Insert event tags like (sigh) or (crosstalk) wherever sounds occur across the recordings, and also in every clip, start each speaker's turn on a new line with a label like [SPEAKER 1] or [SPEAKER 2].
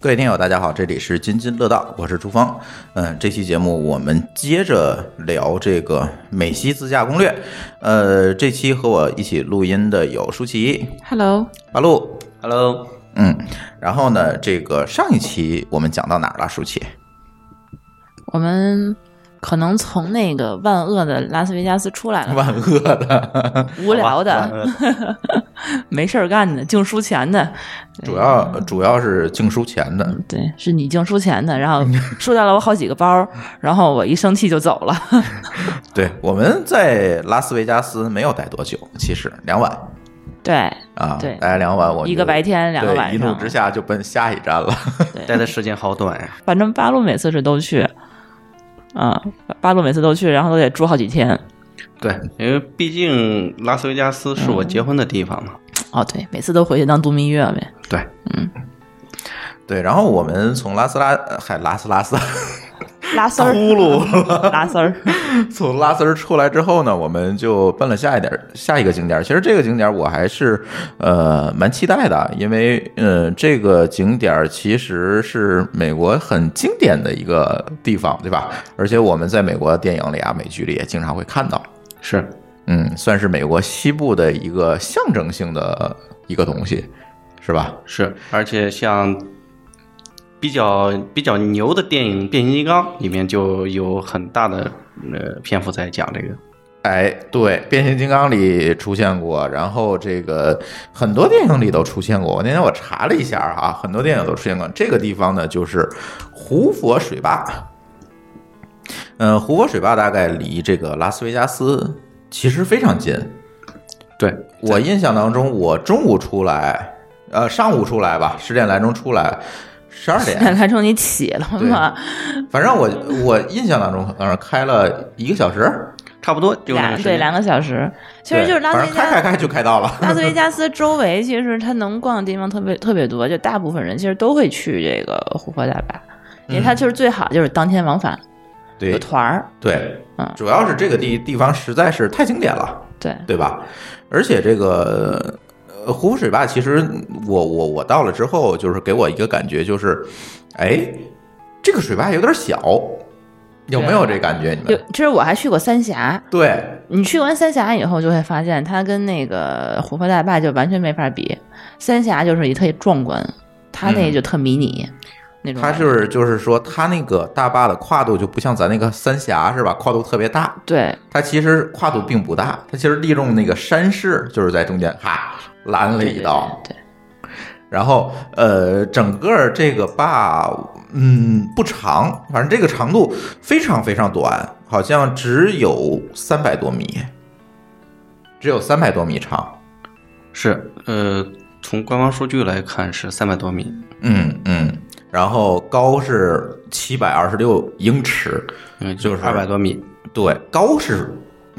[SPEAKER 1] 各位听友，大家好，这里是津津乐道，我是朱峰。嗯，这期节目我们接着聊这个美西自驾攻略。呃，这期和我一起录音的有舒淇、
[SPEAKER 2] Hello，
[SPEAKER 1] 八路，
[SPEAKER 3] Hello，
[SPEAKER 1] 嗯，然后呢，这个上一期我们讲到哪儿了？舒淇， (laughs)
[SPEAKER 4] 我们可能从那个万恶的拉斯维加斯出来了，
[SPEAKER 1] 万恶
[SPEAKER 4] (laughs)
[SPEAKER 1] 的，
[SPEAKER 4] 无聊的， (laughs) 没事儿干的，净输钱的，
[SPEAKER 1] 主要主要是净输钱的。
[SPEAKER 4] 对，是你净输钱的，然后
[SPEAKER 1] 嗯
[SPEAKER 4] 输掉了我好几
[SPEAKER 1] (laughs)
[SPEAKER 4] 个包，然后我一生气就走了。
[SPEAKER 1] 对，我们在拉斯维加斯没有待多久，其实两晚
[SPEAKER 4] 对，
[SPEAKER 1] 啊，
[SPEAKER 4] 对
[SPEAKER 1] 待两晚，我们
[SPEAKER 4] 一个白天，两个
[SPEAKER 1] 对
[SPEAKER 4] 晚
[SPEAKER 1] 一怒
[SPEAKER 4] 上，
[SPEAKER 1] 之下就奔下一站了。
[SPEAKER 3] (laughs) 待的时间好短呀、
[SPEAKER 4] 反正八路每次是都去，啊，八路每次都去，然后都得住好几天。
[SPEAKER 3] 对，因为毕竟拉斯维加斯是我结婚的地方嘛。
[SPEAKER 4] 哦，对，每次都回去当度蜜月呗。
[SPEAKER 3] 对，
[SPEAKER 1] 对，然后我们从拉斯拉还拉斯拉斯。 (laughs)
[SPEAKER 4] 拉丝儿，
[SPEAKER 1] 秃噜了，
[SPEAKER 4] (laughs) 拉
[SPEAKER 1] (laughs)
[SPEAKER 4] 丝儿，
[SPEAKER 1] 从拉丝儿出来之后呢，我们就奔了下一点儿下一个景点儿。其实这个景点儿我还是呃蛮期待的，因为呃这个景点儿其实是美国很经典的一个地方，对吧？而且我们在美国电影里啊、美剧里也经常会看到，
[SPEAKER 3] 是
[SPEAKER 1] 嗯，算是美国西部的一个象征性的一个东西，是吧？
[SPEAKER 3] 是，而且像比较比较牛的电影《变形金刚》里面就有很大的呃篇幅在讲这个。
[SPEAKER 1] 哎，对，变形金刚里出现过，然后这个很多电影里都出现过。我那天我查了一下啊，很多电影都出现过。这个地方呢，就是胡佛水坝。嗯、胡佛水坝大概离这个拉斯维加斯其实非常近。
[SPEAKER 3] 对，
[SPEAKER 1] 我印象当中，我中午出来，呃，上午出来吧，十点来钟出来，十
[SPEAKER 4] (laughs)
[SPEAKER 1] 二点
[SPEAKER 4] 那来成你起了吗？
[SPEAKER 1] 反正我我印象当中好像是开了一个小时，
[SPEAKER 3] 差不多就那
[SPEAKER 4] 俩
[SPEAKER 3] 个时
[SPEAKER 4] 对，
[SPEAKER 3] 间。
[SPEAKER 4] 两个小时，其实就
[SPEAKER 1] 对
[SPEAKER 4] 是拉
[SPEAKER 1] 反
[SPEAKER 4] 斯维
[SPEAKER 1] 正开
[SPEAKER 4] 加
[SPEAKER 1] 开开
[SPEAKER 4] 斯。
[SPEAKER 1] 就开到了。
[SPEAKER 4] 拉斯维加斯周围其实它能逛的地方特别特别多，就大部分人其实都会去这个琥珀大坝，因为它就是最好就是当天往返
[SPEAKER 1] 嗯对
[SPEAKER 4] 有，团儿，
[SPEAKER 1] 对，
[SPEAKER 4] 嗯
[SPEAKER 1] 主要是这个地地方实在是太经典了，
[SPEAKER 4] 对，
[SPEAKER 1] 对吧？而且这个呃胡夫水坝，其实我我我到了之后，就是给我一个感觉就是，哎，这个水坝有点小，有没有这感觉？你
[SPEAKER 4] 啊有
[SPEAKER 1] 们
[SPEAKER 4] 其实我还去过三峡，
[SPEAKER 1] 对
[SPEAKER 4] 你去完三峡以后就会发现它跟那个琥珀大坝就完全没法比，三峡就是一特壮观，它那
[SPEAKER 1] 嗯
[SPEAKER 4] 就特迷你、那种
[SPEAKER 1] 它
[SPEAKER 4] 感觉，
[SPEAKER 1] 就是就是说，它那个大坝的跨度就不像咱那个三峡是吧？跨度特别大，
[SPEAKER 4] 对
[SPEAKER 1] 它其实跨度并不大，它其实利用那个山势，就是在中间哈拦了
[SPEAKER 4] 对
[SPEAKER 1] 一道。
[SPEAKER 4] 对对
[SPEAKER 1] 然后呃，整个这个坝，嗯，不长，反正这个长度非常非常短，好像只有三百多米，只有三百多米长。
[SPEAKER 3] 是呃，从官方数据来看是三百多米。
[SPEAKER 1] 嗯嗯，然后高是七百二十六英尺，
[SPEAKER 3] 嗯，
[SPEAKER 1] 就是
[SPEAKER 3] 二百多米。
[SPEAKER 1] 对，高是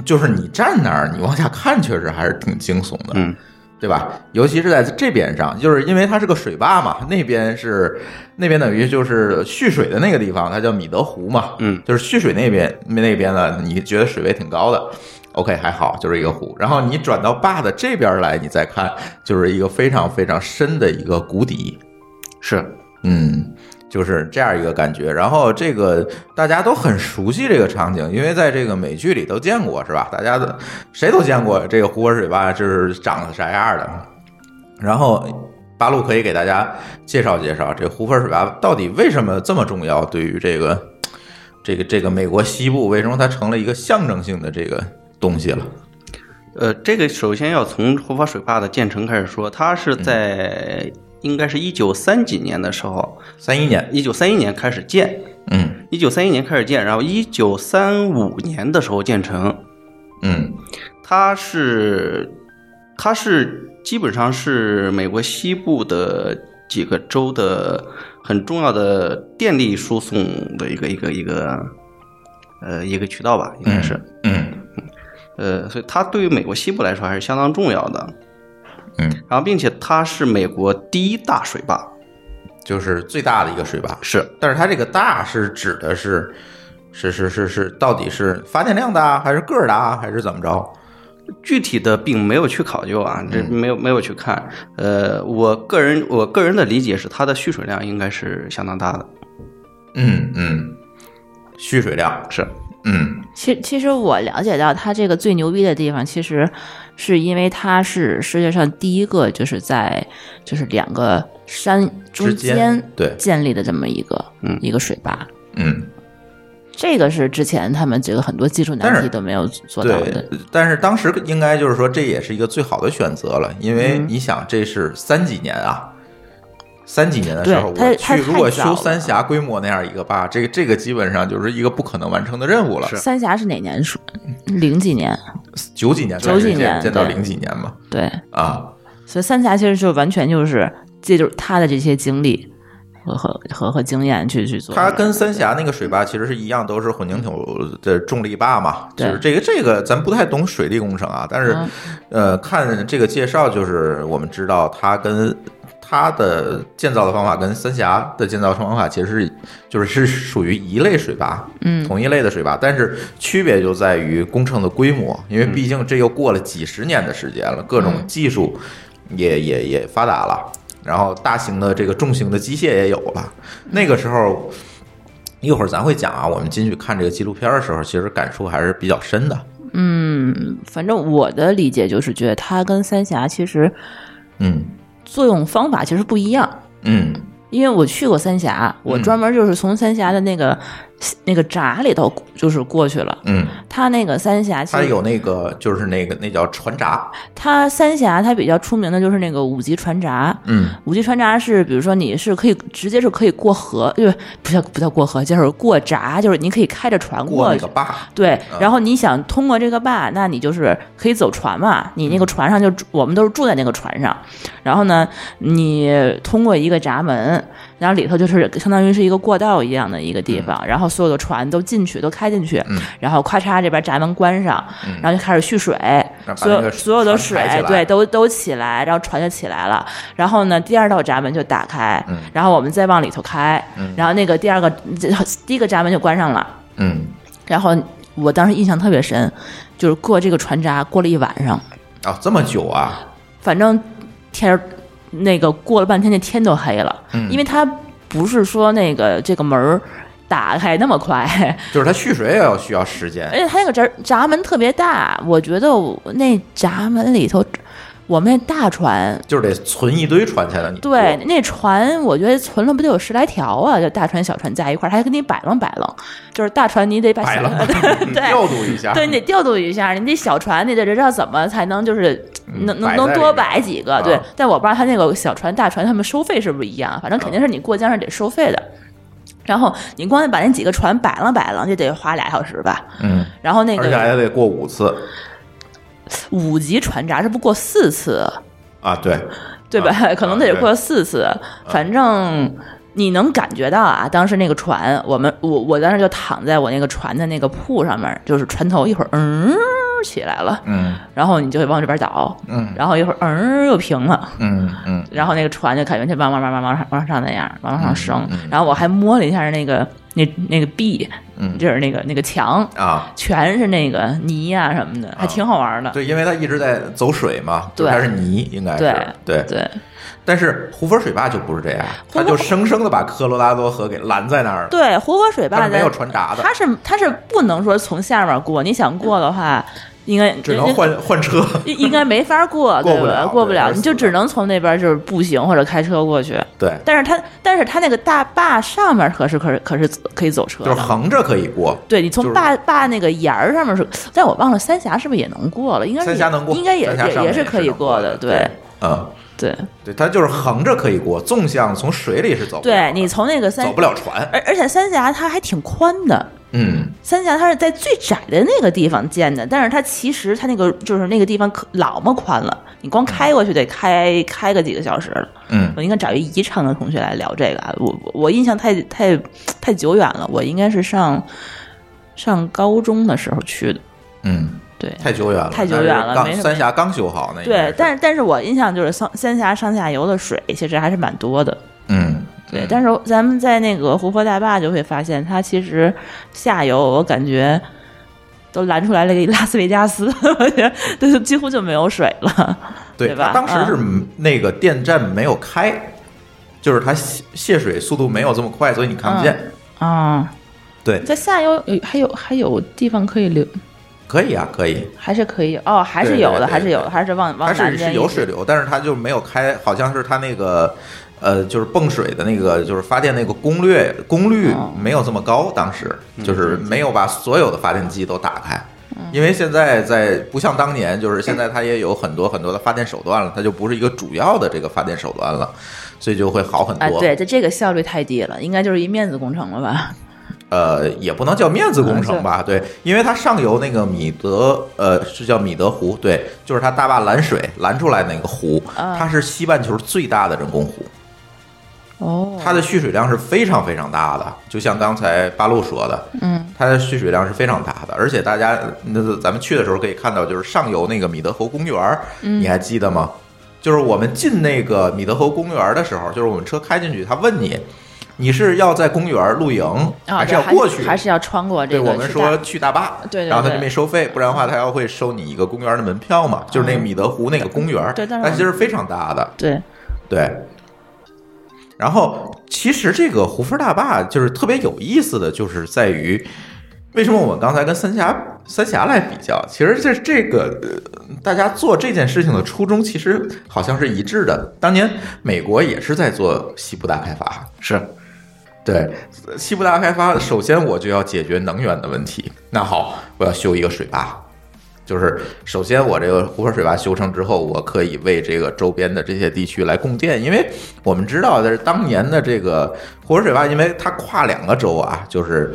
[SPEAKER 1] 就是你站那儿，你往下看，确实还是挺惊悚的。
[SPEAKER 3] 嗯，
[SPEAKER 1] 对吧？尤其是在这边上，就是因为它是个水坝嘛，那边是那边等于就是蓄水的那个地方，它叫米德湖嘛，
[SPEAKER 3] 嗯
[SPEAKER 1] 就是蓄水那边那边呢，你觉得水位挺高的，OK 还好，就是一个湖。然后你转到坝的这边来，你再看，就是一个非常非常深的一个谷底，
[SPEAKER 3] 是
[SPEAKER 1] 嗯，就是这样一个感觉。然后这个大家都很熟悉这个场景，因为在这个美剧里都见过，是吧？大家都谁都见过这个胡佛水坝就是长得啥样的。然后八路可以给大家介绍介绍这胡佛水坝到底为什么这么重要，对于这个这个这个美国西部，为什么它成了一个象征性的这个东西了？
[SPEAKER 3] 呃，这个首先要从活佛水坝的建成开始说，它是在应该是一九三几年的时候，
[SPEAKER 1] 三一年，
[SPEAKER 3] 一九三一年开始建，
[SPEAKER 1] 嗯
[SPEAKER 3] 一九三一年开始建，然后一九三五年的时候建成。
[SPEAKER 1] 嗯
[SPEAKER 3] 它是，它是基本上是美国西部的几个州的很重要的电力输送的一个一个一个，呃，一个渠道吧，应该是。
[SPEAKER 1] 嗯
[SPEAKER 3] 呃，所以它对于美国西部来说还是相当重要的。
[SPEAKER 1] 嗯，
[SPEAKER 3] 然后，并且它是美国第一大水坝，
[SPEAKER 1] 就是最大的一个水坝，
[SPEAKER 3] 是
[SPEAKER 1] 但是它这个大是指的是是是是是，到底是发电量大还是个儿大还是怎么着？
[SPEAKER 3] 具体的并没有去考究啊，这没有没有去看。呃，我个人我个人的理解是，它的蓄水量应该是相当大的，
[SPEAKER 1] 嗯嗯，蓄水量，
[SPEAKER 3] 是
[SPEAKER 1] 嗯
[SPEAKER 4] 其其实我了解到它这个最牛逼的地方，其实是因为它是世界上第一个就是在就是两个山中
[SPEAKER 1] 之间对
[SPEAKER 4] 建立的这么一个
[SPEAKER 3] 嗯
[SPEAKER 4] 一个水坝。
[SPEAKER 1] 嗯，
[SPEAKER 4] 这个是之前他们这个很多技术难
[SPEAKER 1] 但
[SPEAKER 4] 题
[SPEAKER 1] 是
[SPEAKER 4] 都没有做到
[SPEAKER 1] 对
[SPEAKER 4] 的，。
[SPEAKER 1] 但是当时应该就是说，这也是一个最好的选择了，因为
[SPEAKER 4] 嗯
[SPEAKER 1] 你想，这是三几年啊。三几年的时候，
[SPEAKER 4] 对它
[SPEAKER 1] 我
[SPEAKER 4] 它
[SPEAKER 1] 去如果
[SPEAKER 4] 太早了
[SPEAKER 1] 修三峡规模那样一个坝，这个这个基本上就是一个不可能完成的任务了。
[SPEAKER 4] 三峡是哪年说？
[SPEAKER 1] 嗯
[SPEAKER 4] 零几年？
[SPEAKER 1] 九几年
[SPEAKER 4] 九
[SPEAKER 1] 开始
[SPEAKER 4] 几
[SPEAKER 1] 建
[SPEAKER 4] 年
[SPEAKER 1] 建到
[SPEAKER 4] 对
[SPEAKER 1] 零几年嘛，
[SPEAKER 4] 对，
[SPEAKER 1] 啊，
[SPEAKER 4] 所以三峡其实就完全就是借助他的这些经历和和和和经验去去做的。
[SPEAKER 1] 它跟三峡那个水坝其实是一样，都是混凝土的重力坝嘛。就
[SPEAKER 4] 对
[SPEAKER 1] 是这个这个，咱不太懂水利工程啊，但是
[SPEAKER 4] 嗯，
[SPEAKER 1] 呃，看这个介绍，就是我们知道它跟它的建造的方法跟三峡的建造方法其实是就是是属于一类水坝，
[SPEAKER 4] 嗯
[SPEAKER 1] 同一类的水坝，但是区别就在于工程的规模，因
[SPEAKER 4] 嗯
[SPEAKER 1] 为毕竟这又过了几十年的时间了，各种技术也也也发达了，然后大型的这个重型的机械也有了，那个时候。一会儿咱会讲啊，我们进去看这个纪录片的时候，其实感触还是比较深的。
[SPEAKER 4] 嗯，反正我的理解就是觉得它跟三峡其实
[SPEAKER 1] 嗯
[SPEAKER 4] 作用方法其实不一样。
[SPEAKER 1] 嗯
[SPEAKER 4] 因为我去过三峡，我专门就是从三峡的那个、那个闸里头就是过去了。
[SPEAKER 1] 嗯，
[SPEAKER 4] 它那个三峡其
[SPEAKER 1] 它
[SPEAKER 4] 实
[SPEAKER 1] 有那个就是那个那叫船闸，
[SPEAKER 4] 它三峡它比较出名的就是那个五级船闸。
[SPEAKER 1] 嗯
[SPEAKER 4] 五级船闸是，比如说你是可以直接是可以过河，就是不叫不叫过河，就是过闸，就是你可以开着船
[SPEAKER 1] 过
[SPEAKER 4] 过
[SPEAKER 1] 那
[SPEAKER 4] 去
[SPEAKER 1] 个。坝，
[SPEAKER 4] 对，然后你想通过这个坝，那你就是可以走船嘛，你
[SPEAKER 1] 嗯
[SPEAKER 4] 那个船上就住我们都是住在那个船上，然后呢，你通过一个闸门，然后里头就是相当于是一个过道一样的一个地方，然后所有的船都进去，都开进去，
[SPEAKER 1] 嗯
[SPEAKER 4] 然后咔嚓这边闸门关上，
[SPEAKER 1] 嗯
[SPEAKER 4] 然后就开始蓄水，
[SPEAKER 1] 那把
[SPEAKER 4] 所
[SPEAKER 1] 那
[SPEAKER 4] 有
[SPEAKER 1] 个
[SPEAKER 4] 所有的水
[SPEAKER 1] 船抬起来
[SPEAKER 4] 对都都起来，然后船就起来了，然后呢，第二道闸门就打开，
[SPEAKER 1] 嗯
[SPEAKER 4] 然后我们再往里头开，
[SPEAKER 1] 嗯
[SPEAKER 4] 然后那个第二个第一个闸门就关上了。
[SPEAKER 1] 嗯
[SPEAKER 4] 然后我当时印象特别深，就是过这个船闸过了一晚上，
[SPEAKER 1] 啊这么久啊，
[SPEAKER 4] 反正天儿那个过了半天，那天都黑了，因为它不是说那个这个门儿打开那么快， (laughs)
[SPEAKER 1] 就是它蓄水也要需要时间
[SPEAKER 4] 而，且它那个闸闸门特别大，我觉得我那闸门里头，我们那大船。
[SPEAKER 1] 就是得存一堆船才能
[SPEAKER 4] 对，，那船我觉得存了不得有十来条啊，就大船小船加一块儿，它还给你摆弄摆弄，就是大船你得把
[SPEAKER 1] 摆
[SPEAKER 4] 小
[SPEAKER 1] 了
[SPEAKER 4] (laughs) 对
[SPEAKER 1] (laughs) 调度一下，
[SPEAKER 4] 对，你得调度一下，你得小船，你得知道怎么才能就是能能
[SPEAKER 1] 嗯摆
[SPEAKER 4] 能
[SPEAKER 1] 在
[SPEAKER 4] 多
[SPEAKER 1] 里面
[SPEAKER 4] 摆几个。对
[SPEAKER 1] 啊，
[SPEAKER 4] 但我不知道他那个小船、大船他们收费是不是一样，反正
[SPEAKER 1] 嗯
[SPEAKER 4] 肯定是你过江是得收费的。然后你光把那几个船摆了摆了，就得花俩小时吧。
[SPEAKER 1] 嗯，
[SPEAKER 4] 然后那
[SPEAKER 1] 而且还
[SPEAKER 4] 个
[SPEAKER 1] 得过五次
[SPEAKER 4] 五级船闸是不过四次，
[SPEAKER 1] 啊，对，
[SPEAKER 4] 对吧？
[SPEAKER 1] 啊
[SPEAKER 4] 可能得
[SPEAKER 1] 啊对
[SPEAKER 4] 过四次，反正。你能感觉到啊，当时那个船，我们我我当时就躺在我那个船的那个铺上面，就是船头一会儿嗯起来了，
[SPEAKER 1] 嗯
[SPEAKER 4] 然后你就会往这边倒，
[SPEAKER 1] 嗯
[SPEAKER 4] 然后一会儿嗯又平了，
[SPEAKER 1] 嗯嗯，
[SPEAKER 4] 然后那个船就感觉就往往往往往上往上那样往上升
[SPEAKER 1] 嗯嗯，
[SPEAKER 4] 然后我还摸了一下那个那那个壁，
[SPEAKER 1] 嗯
[SPEAKER 4] 就是那个那个墙，
[SPEAKER 1] 啊。
[SPEAKER 4] 全是那个泥呀什么的，还挺好玩的。
[SPEAKER 1] 对，因为它一直在走水嘛，
[SPEAKER 4] 对
[SPEAKER 1] 就是它是泥，应该是对
[SPEAKER 4] 对，
[SPEAKER 1] 但是胡佛水坝就不是这样，它
[SPEAKER 4] 佛
[SPEAKER 1] 就生生的把科罗拉多河给拦在那儿了，
[SPEAKER 4] 对，活佛水
[SPEAKER 1] 它
[SPEAKER 4] 坝
[SPEAKER 1] 是没
[SPEAKER 4] 的
[SPEAKER 1] 有，船闸的，
[SPEAKER 4] 它是它是不能说从下面过，你想过的话，应该
[SPEAKER 1] (laughs) 只能
[SPEAKER 4] 人
[SPEAKER 1] 换换
[SPEAKER 4] (laughs)
[SPEAKER 1] 车。
[SPEAKER 4] 应应该没法过，
[SPEAKER 1] 过
[SPEAKER 4] 对
[SPEAKER 1] 不了
[SPEAKER 4] 吧？过不
[SPEAKER 1] 对
[SPEAKER 4] 了，
[SPEAKER 1] 而
[SPEAKER 4] 你就
[SPEAKER 1] 死
[SPEAKER 4] 只能从那边就是步行或者开车过去。
[SPEAKER 1] 对，
[SPEAKER 4] 但是它，但是它那个大坝上面可是可是可是可以走车
[SPEAKER 1] (laughs) 就是
[SPEAKER 4] 的。
[SPEAKER 1] 横着可以过，
[SPEAKER 4] 对你从
[SPEAKER 1] 就是
[SPEAKER 4] 坝坝那个沿儿上面是，但我忘了三峡是不是也能过了？应该是
[SPEAKER 1] 三峡能过，
[SPEAKER 4] 应该也
[SPEAKER 1] 三峡上
[SPEAKER 4] 也
[SPEAKER 1] 面
[SPEAKER 4] 是
[SPEAKER 1] 是
[SPEAKER 4] 可以
[SPEAKER 1] 能过
[SPEAKER 4] 的。
[SPEAKER 1] 对
[SPEAKER 4] 对，
[SPEAKER 1] 嗯，
[SPEAKER 4] 对
[SPEAKER 1] 对，它就是横着可以过，纵向从水里是走不了
[SPEAKER 4] 对，
[SPEAKER 1] 的
[SPEAKER 4] 你从那个三
[SPEAKER 1] 走不了船，
[SPEAKER 4] 而而且三峡它还挺宽的，
[SPEAKER 1] 嗯，
[SPEAKER 4] 三峡它是在最窄的那个地方建的，但是它其实它那个就是那个地方可老么宽了，你光开过去得开开个几个小时了。
[SPEAKER 1] 嗯
[SPEAKER 4] 我应该找一宜昌的同学来聊这个啊，我我我印象太太太久远了，我应该是上上高中的时候去的，
[SPEAKER 1] 嗯，
[SPEAKER 4] 对。
[SPEAKER 1] 太久远了，
[SPEAKER 4] 太久远了
[SPEAKER 1] 但
[SPEAKER 4] 没
[SPEAKER 1] 是刚
[SPEAKER 4] 什么
[SPEAKER 1] 三峡刚修好那应该
[SPEAKER 4] 对，但是但是我印象就是三三峡上下游的水其实还是蛮多的，
[SPEAKER 1] 嗯，
[SPEAKER 4] 对，
[SPEAKER 1] 嗯
[SPEAKER 4] 但是咱们在那个湖泊大坝就会发现，它其实下游我感觉都拦出来了一个拉斯维加斯， (laughs) 我觉得都几乎就没有水了。
[SPEAKER 1] 对
[SPEAKER 4] 对吧啊
[SPEAKER 1] 它当时是那个电站没有开，就是它泄泄水速度没有这么快，所以你看
[SPEAKER 4] 嗯
[SPEAKER 1] 不见。
[SPEAKER 4] 啊、
[SPEAKER 1] 对，
[SPEAKER 4] 在下游有还有还有地方可以流，
[SPEAKER 1] 可以啊，可以，
[SPEAKER 4] 还是可以哦，还是
[SPEAKER 1] 对对
[SPEAKER 4] 有的，
[SPEAKER 1] 对
[SPEAKER 4] 还是有的，
[SPEAKER 1] 对
[SPEAKER 4] 还是往
[SPEAKER 1] 它
[SPEAKER 4] 往南
[SPEAKER 1] 是是
[SPEAKER 4] 边
[SPEAKER 1] 有水流，但是它就没有开，好像是它那个。呃，就是泵水的那个，就是发电那个功率功率
[SPEAKER 4] 哦
[SPEAKER 1] 没有这么高，当时就是没有把所有的发电机都打开，
[SPEAKER 4] 嗯
[SPEAKER 1] 因为现在在不像当年，就是现在它也有很多很多的发电手段了，它就不是一个主要的这个发电手段了，所以就会好很
[SPEAKER 4] 啊
[SPEAKER 1] 多。，
[SPEAKER 4] 对，这这个效率太低了，应该就是一面子工程了 (laughs) 吧？
[SPEAKER 1] 呃，也不能叫面子
[SPEAKER 4] 啊
[SPEAKER 1] 工程吧，对，因为它上游那个米德，呃，是叫米德湖，对，就是它大坝拦水拦出来那个湖，
[SPEAKER 4] 啊
[SPEAKER 1] 它是西半球最大的人工湖，
[SPEAKER 4] 哦，
[SPEAKER 1] 它的蓄水量是非常非常大的，就像刚才八路说的，
[SPEAKER 4] 嗯，
[SPEAKER 1] 它的蓄水量是非常大的，而且大家那咱们去的时候可以看到，就是上游那个米德侯公园儿，
[SPEAKER 4] 嗯
[SPEAKER 1] 你还记得吗？就是我们进那个米德侯公园儿的时候，就是我们车开进去，他问你，你是要在公园儿露营，
[SPEAKER 4] 啊
[SPEAKER 1] 还是
[SPEAKER 4] 对
[SPEAKER 1] 要过去？
[SPEAKER 4] 还是要穿过这
[SPEAKER 1] 对
[SPEAKER 4] 个？
[SPEAKER 1] 我们说，去大巴，
[SPEAKER 4] 对对
[SPEAKER 1] 然后他就
[SPEAKER 4] 对
[SPEAKER 1] 没收费，不然的话他要会收你一个公园的门票嘛，就是那个米德湖那个公园，
[SPEAKER 4] 嗯对但是
[SPEAKER 1] 它
[SPEAKER 4] 我
[SPEAKER 1] 其实非常大的，
[SPEAKER 4] 对，
[SPEAKER 1] 对。然后其实这个胡佛大坝就是特别有意思的就是在于，为什么我们刚才跟三峡三峡来比较，其实这这个、呃、大家做这件事情的初衷其实好像是一致的。当年美国也是在做西部大开发，
[SPEAKER 3] 是
[SPEAKER 1] 对，西部大开发，首先我就要解决能源的问题。那好，我要修一个水坝，就是首先我这个湖泊水坝修成之后，我可以为这个周边的这些地区来供电，因为我们知道的是当年的这个湖泊水坝，因为它跨两个州啊，就是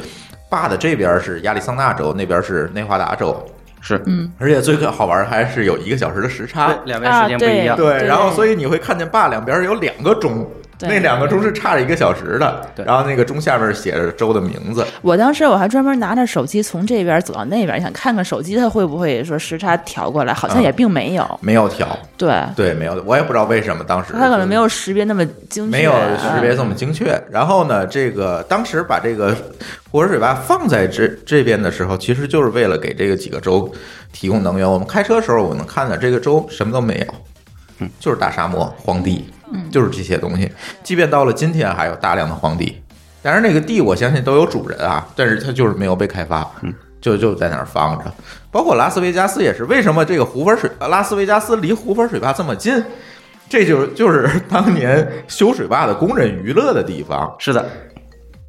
[SPEAKER 1] 坝的这边是亚利桑那州，那边是内华达州，
[SPEAKER 3] 是，
[SPEAKER 1] 而且最好玩儿还是有一个小时的时差，
[SPEAKER 3] 对两边时间不一
[SPEAKER 4] 啊
[SPEAKER 3] 样，
[SPEAKER 1] 对，
[SPEAKER 4] 对
[SPEAKER 1] 然后所以你会看见坝两边有两个钟，
[SPEAKER 4] 对
[SPEAKER 1] 那两个钟是差着一个小时的，
[SPEAKER 3] 对
[SPEAKER 1] 然后那个钟下面写着州的名字，
[SPEAKER 4] 我当时我还专门拿着手机从这边走到那边，想看看手机它会不会说时差调过来，好像也并没有。
[SPEAKER 1] 没有调，
[SPEAKER 4] 对，
[SPEAKER 1] 对，没有，我也不知道为什么当时
[SPEAKER 4] 它可能没
[SPEAKER 1] 就
[SPEAKER 4] 有识别那么精确，啊
[SPEAKER 1] 没有识别这么精确。然后呢，这个当时把这个湖水水坝放在这这边的时候，其实就是为了给这个几个州提供能源。我们开车的时候，我们看的这个州什么都没有，嗯，就是大沙漠、荒地，嗯，就是这些东西。即便到了今天，还有大量的荒地。当然，那个地我相信都有主人啊，但是它就是没有被开发，就就在那儿放着。包括拉斯维加斯也是，为什么这个胡佛水拉斯维加斯离胡佛水坝这么近？这就是就是当年修水坝的工人娱乐的地方，
[SPEAKER 3] 是的，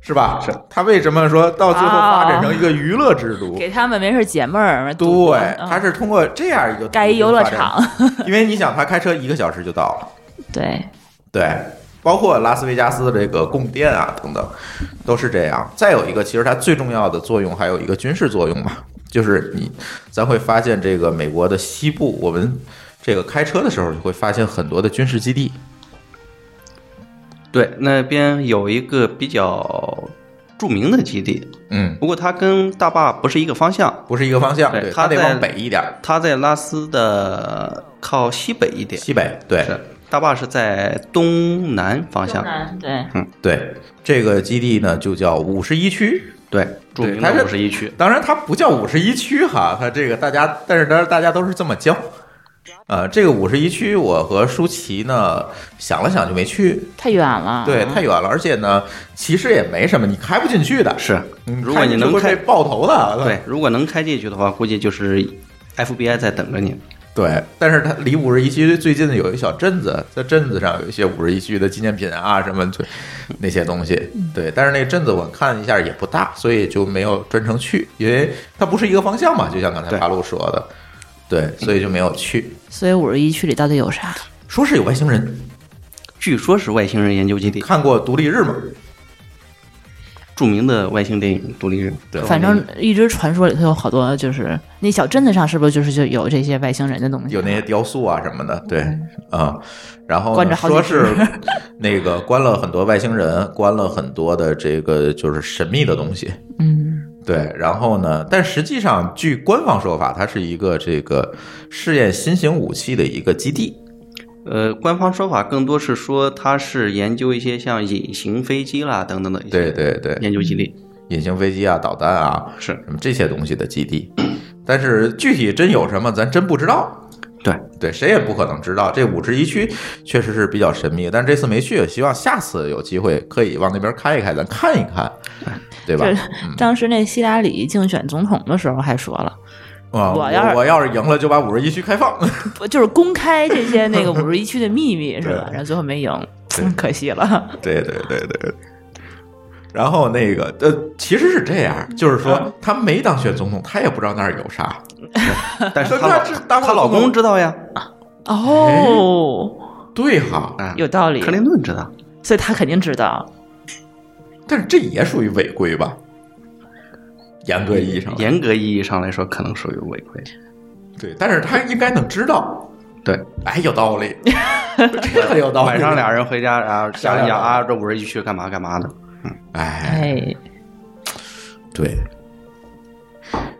[SPEAKER 1] 是吧？是。他为什么说到最后发展成一个娱乐之都？
[SPEAKER 4] 哦给他们没事解闷儿。赌博
[SPEAKER 1] 对，他
[SPEAKER 4] 嗯
[SPEAKER 1] 是通过这样一个
[SPEAKER 4] 盖一游乐场，
[SPEAKER 1] 因为你想，他开车一个小时就到了。
[SPEAKER 4] (laughs) 对，
[SPEAKER 1] 对，包括拉斯维加斯的这个供电啊等等，都是这样。再有一个，其实它最重要的作用还有一个军事作用嘛，就是你咱会发现这个美国的西部，我们这个开车的时候就会发现很多的军事基地。
[SPEAKER 3] 对，那边有一个比较著名的基地，
[SPEAKER 1] 嗯，
[SPEAKER 3] 不过它跟大坝不是一个方向，
[SPEAKER 1] 不是一个方向，
[SPEAKER 3] 对
[SPEAKER 1] 对，
[SPEAKER 3] 它
[SPEAKER 1] 它得
[SPEAKER 3] 在
[SPEAKER 1] 往北一点儿，
[SPEAKER 3] 它在拉斯的靠西北一点，
[SPEAKER 1] 西北，对
[SPEAKER 3] 是大坝是在东南方向，
[SPEAKER 4] 对，
[SPEAKER 1] 对。这个基地呢就叫五十一区，
[SPEAKER 3] 对，著
[SPEAKER 1] 对
[SPEAKER 3] 名
[SPEAKER 1] 它是
[SPEAKER 3] 的五十一区，
[SPEAKER 1] 当然它不叫五十一区哈，它这个大家，但是当然大家都是这么叫。呃，这个五十一区，我和舒淇呢想了想就没去，
[SPEAKER 4] 太远了，
[SPEAKER 3] 啊
[SPEAKER 1] 对，太远了，而且呢，其实也没什么，你开不进去的。
[SPEAKER 3] 是
[SPEAKER 1] 嗯
[SPEAKER 3] 如果你
[SPEAKER 1] 进去
[SPEAKER 3] 能
[SPEAKER 1] 会
[SPEAKER 3] 开
[SPEAKER 1] 被爆头的，
[SPEAKER 3] 对，如果能开进去的话，估计就是 FBI 在等着你。
[SPEAKER 1] 对，但是它离五十一区最近的有一小镇子，在镇子上有一些五十一区的纪念品啊什么就那些东西。
[SPEAKER 4] 嗯
[SPEAKER 1] 对，但是那镇子我看了一下也不大，所以就没有专程去，因为它不是一个方向嘛，就像刚才
[SPEAKER 3] 对
[SPEAKER 1] 八路说的，对，所以就没有去。
[SPEAKER 4] 所以五十一区里到底有啥？
[SPEAKER 1] 说是有外星人，
[SPEAKER 3] 据说是外星人研究基地，
[SPEAKER 1] 看过《独立日》吗？
[SPEAKER 3] 著名的外星电影《独立日》。
[SPEAKER 1] 对
[SPEAKER 4] 反正一直传说里头有好多，就是那小镇子上是不是就是就有这些外星人的东西？
[SPEAKER 1] 有那些雕塑啊什么的，对，啊、然后
[SPEAKER 4] 嗯关着
[SPEAKER 1] 呢
[SPEAKER 4] 好几
[SPEAKER 1] 说
[SPEAKER 4] 只
[SPEAKER 1] 是 (laughs) 那个关了很多外星人，关了很多的这个就是神秘的东西，
[SPEAKER 4] 嗯，
[SPEAKER 1] 对，然后呢，但实际上据官方说法，它是一个这个试验新型武器的一个基地，
[SPEAKER 3] 呃，官方说法更多是说它是研究一些像隐形飞机啦等等的一
[SPEAKER 1] 对
[SPEAKER 3] 些
[SPEAKER 1] 对对，
[SPEAKER 3] 研究基地。
[SPEAKER 1] 隐形飞机啊、导弹啊
[SPEAKER 3] 是
[SPEAKER 1] 什么这些东西的基地，但是具体真有什么，咱真不知道。
[SPEAKER 3] 对
[SPEAKER 1] 对，谁也不可能知道。这五十一区确实是比较神秘，但这次没去，希望下次有机会可以往那边开一开，咱看一看，对吧
[SPEAKER 4] 这？ (laughs) 当时那希拉里竞选总统的时候还说了，
[SPEAKER 1] 啊，
[SPEAKER 4] 我
[SPEAKER 1] 我
[SPEAKER 4] 要是
[SPEAKER 1] 我要是赢了，就把五十一区开放。
[SPEAKER 4] 不就是公开这
[SPEAKER 1] (laughs)
[SPEAKER 4] 些那个五十一区的秘密是吧？
[SPEAKER 1] 对
[SPEAKER 4] 然后最后没赢，嗯 (laughs) 可惜了。
[SPEAKER 1] 对对对对。然后那个呃，其实是这样，就是
[SPEAKER 3] 嗯
[SPEAKER 1] 说她没当选总统，她也不知道那儿有啥。
[SPEAKER 3] 但是她
[SPEAKER 1] 她
[SPEAKER 3] 老
[SPEAKER 1] 是当
[SPEAKER 3] 哎她老公知道呀，
[SPEAKER 1] 哎
[SPEAKER 4] 哦，
[SPEAKER 1] 对哈，
[SPEAKER 3] 啊，
[SPEAKER 4] 有道理
[SPEAKER 3] 克，林顿知道。
[SPEAKER 4] 所以他肯定知道。
[SPEAKER 1] 但是这也属于违规吧？严格意义上来说，
[SPEAKER 3] 严格意义上来说，可能属于违规。
[SPEAKER 1] 对，但是她应该能知道。
[SPEAKER 3] 对，
[SPEAKER 1] 哎，有道
[SPEAKER 3] (laughs)
[SPEAKER 1] 理，这很有道理。
[SPEAKER 3] 晚上俩人回家，然后想一
[SPEAKER 1] 想
[SPEAKER 3] 想
[SPEAKER 1] 想
[SPEAKER 3] 啊，这五十一区干嘛干嘛的。
[SPEAKER 1] 哎，
[SPEAKER 4] 哎，
[SPEAKER 1] 对。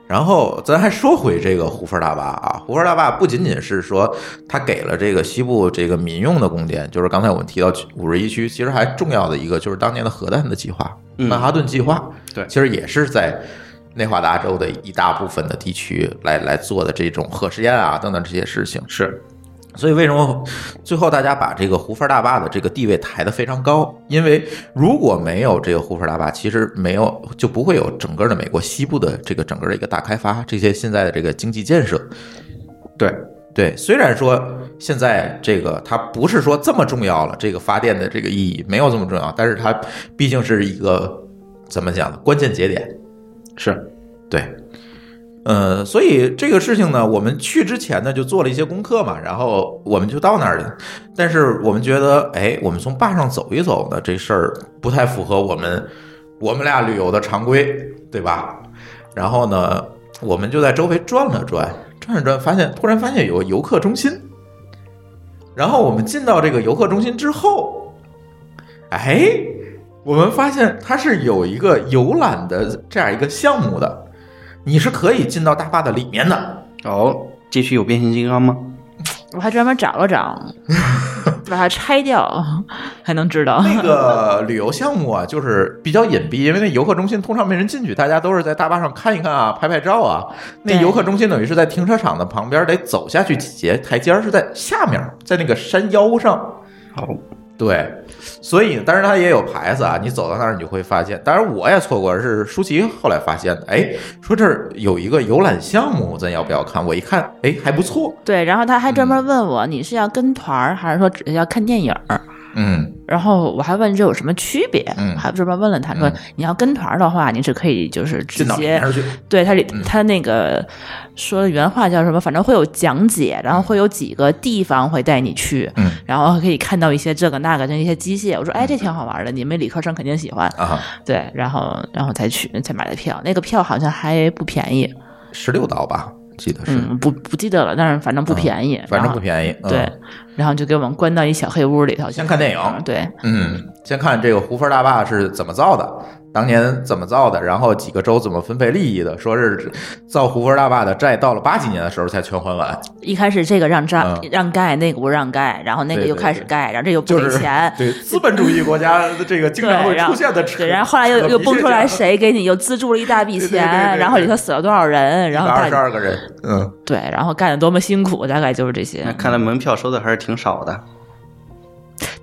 [SPEAKER 1] 然后咱还说回这个胡佛大坝啊，胡佛大坝不仅仅是说它给了这个西部这个民用的供电，就是刚才我们提到五十一区，其实还重要的一个就是当年的核弹的计划，
[SPEAKER 3] 嗯
[SPEAKER 1] 曼哈顿计划，
[SPEAKER 3] 对
[SPEAKER 1] 其实也是在内华达州的一大部分的地区来来做的这种核试验啊等等这些事情。
[SPEAKER 3] 是，
[SPEAKER 1] 所以为什么最后大家把这个胡佛大坝的这个地位抬得非常高？因为如果没有这个胡佛大坝，其实没有就不会有整个的美国西部的这个整个的一个大开发，这些现在的这个经济建设。
[SPEAKER 3] 对，
[SPEAKER 1] 对，虽然说现在这个它不是说这么重要了，这个发电的这个意义没有这么重要，但是它毕竟是一个怎么讲呢？关键节点。
[SPEAKER 3] 是，
[SPEAKER 1] 对，呃，所以这个事情呢，我们去之前呢就做了一些功课嘛，然后我们就到那儿了。但是我们觉得，哎，我们从坝上走一走呢，这事儿不太符合我们我们俩旅游的常规，对吧？然后呢，我们就在周围转了转，转了转，发现突然发现有个游客中心。然后我们进到这个游客中心之后，哎，我们发现它是有一个游览的这样一个项目的，你是可以进到大坝的里面的。
[SPEAKER 4] 啊
[SPEAKER 3] 哦，街区有变形金刚吗？
[SPEAKER 4] 我还专门找
[SPEAKER 1] (laughs)
[SPEAKER 4] 了找，把它拆掉，还能知道。
[SPEAKER 1] 那个旅游项目啊，就是比较隐蔽，因为那游客中心通常没人进去，大家都是在大坝上看一看啊，拍拍照啊。那
[SPEAKER 4] 对
[SPEAKER 1] 游客中心等于是在停车场的旁边，得走下去几节台阶儿，是在下面，在那个山腰上。
[SPEAKER 3] 好，
[SPEAKER 1] 对，所以当然它也有牌子啊，你走到那儿你就会发现。当然我也错过，是舒淇后来发现的。哎，说这儿有一个游览项目，咱要不要看？我一看，哎，还不错。
[SPEAKER 4] (laughs) 对，然后他还专门问我，你是要跟团儿，还是说只是要看电影儿？
[SPEAKER 1] 嗯，
[SPEAKER 4] 然后我还问这有什么区别，
[SPEAKER 1] 嗯
[SPEAKER 4] 还专门问了他说，
[SPEAKER 1] 嗯
[SPEAKER 4] 你要跟团儿的话，你是可以就是直
[SPEAKER 1] 进到里
[SPEAKER 4] 接
[SPEAKER 1] 面儿去。
[SPEAKER 4] 对他里
[SPEAKER 1] 嗯
[SPEAKER 4] 他那个说的原话叫什么，反正会有讲解，然后会有几个地方会带你去，
[SPEAKER 1] 嗯
[SPEAKER 4] 然后可以看到一些这个那个这些机械。我说哎，这挺好玩的，你们理科生肯定喜欢。
[SPEAKER 1] 啊，
[SPEAKER 4] 对，然后然后才去才买的票，那个票好像还不便宜，
[SPEAKER 1] 十六刀吧，记得是，嗯
[SPEAKER 4] 嗯，不不记得了，但是反正不便宜，
[SPEAKER 1] 反
[SPEAKER 4] 然
[SPEAKER 1] 正
[SPEAKER 4] 后
[SPEAKER 1] 不便宜。嗯、
[SPEAKER 4] 对，，然后就给我们关到一小黑屋里头，
[SPEAKER 1] 先看电影
[SPEAKER 4] 嗯对，
[SPEAKER 1] 嗯，先看这个胡佛大坝是怎么造的，当年怎么造的，然后几个州怎么分配利益的，说是造胡佛大坝的债到了八几年的时候才全还完，
[SPEAKER 4] 一开始这个让张、
[SPEAKER 1] 嗯
[SPEAKER 4] 让盖，那个不让盖，然后那个
[SPEAKER 1] 对
[SPEAKER 4] 又
[SPEAKER 1] 对
[SPEAKER 4] 开始
[SPEAKER 1] 对
[SPEAKER 4] 盖，然后这又不
[SPEAKER 1] 就
[SPEAKER 4] 给
[SPEAKER 1] 是
[SPEAKER 4] 钱。
[SPEAKER 1] 对资本主义国家的这个经常
[SPEAKER 4] 对
[SPEAKER 1] 会
[SPEAKER 4] 然后
[SPEAKER 1] 出现的扯，
[SPEAKER 4] 对，然后后来
[SPEAKER 1] (laughs)
[SPEAKER 4] 又又蹦出来谁给你又资助了一大笔
[SPEAKER 1] 对
[SPEAKER 4] 钱，
[SPEAKER 1] 对对对对
[SPEAKER 4] 然后里头死了多少人，然后
[SPEAKER 1] 二十
[SPEAKER 4] 大
[SPEAKER 1] 二个人，嗯，
[SPEAKER 4] 对，然后干得多么辛苦，大概就是这些
[SPEAKER 3] 那。看来门票收的还是挺少的。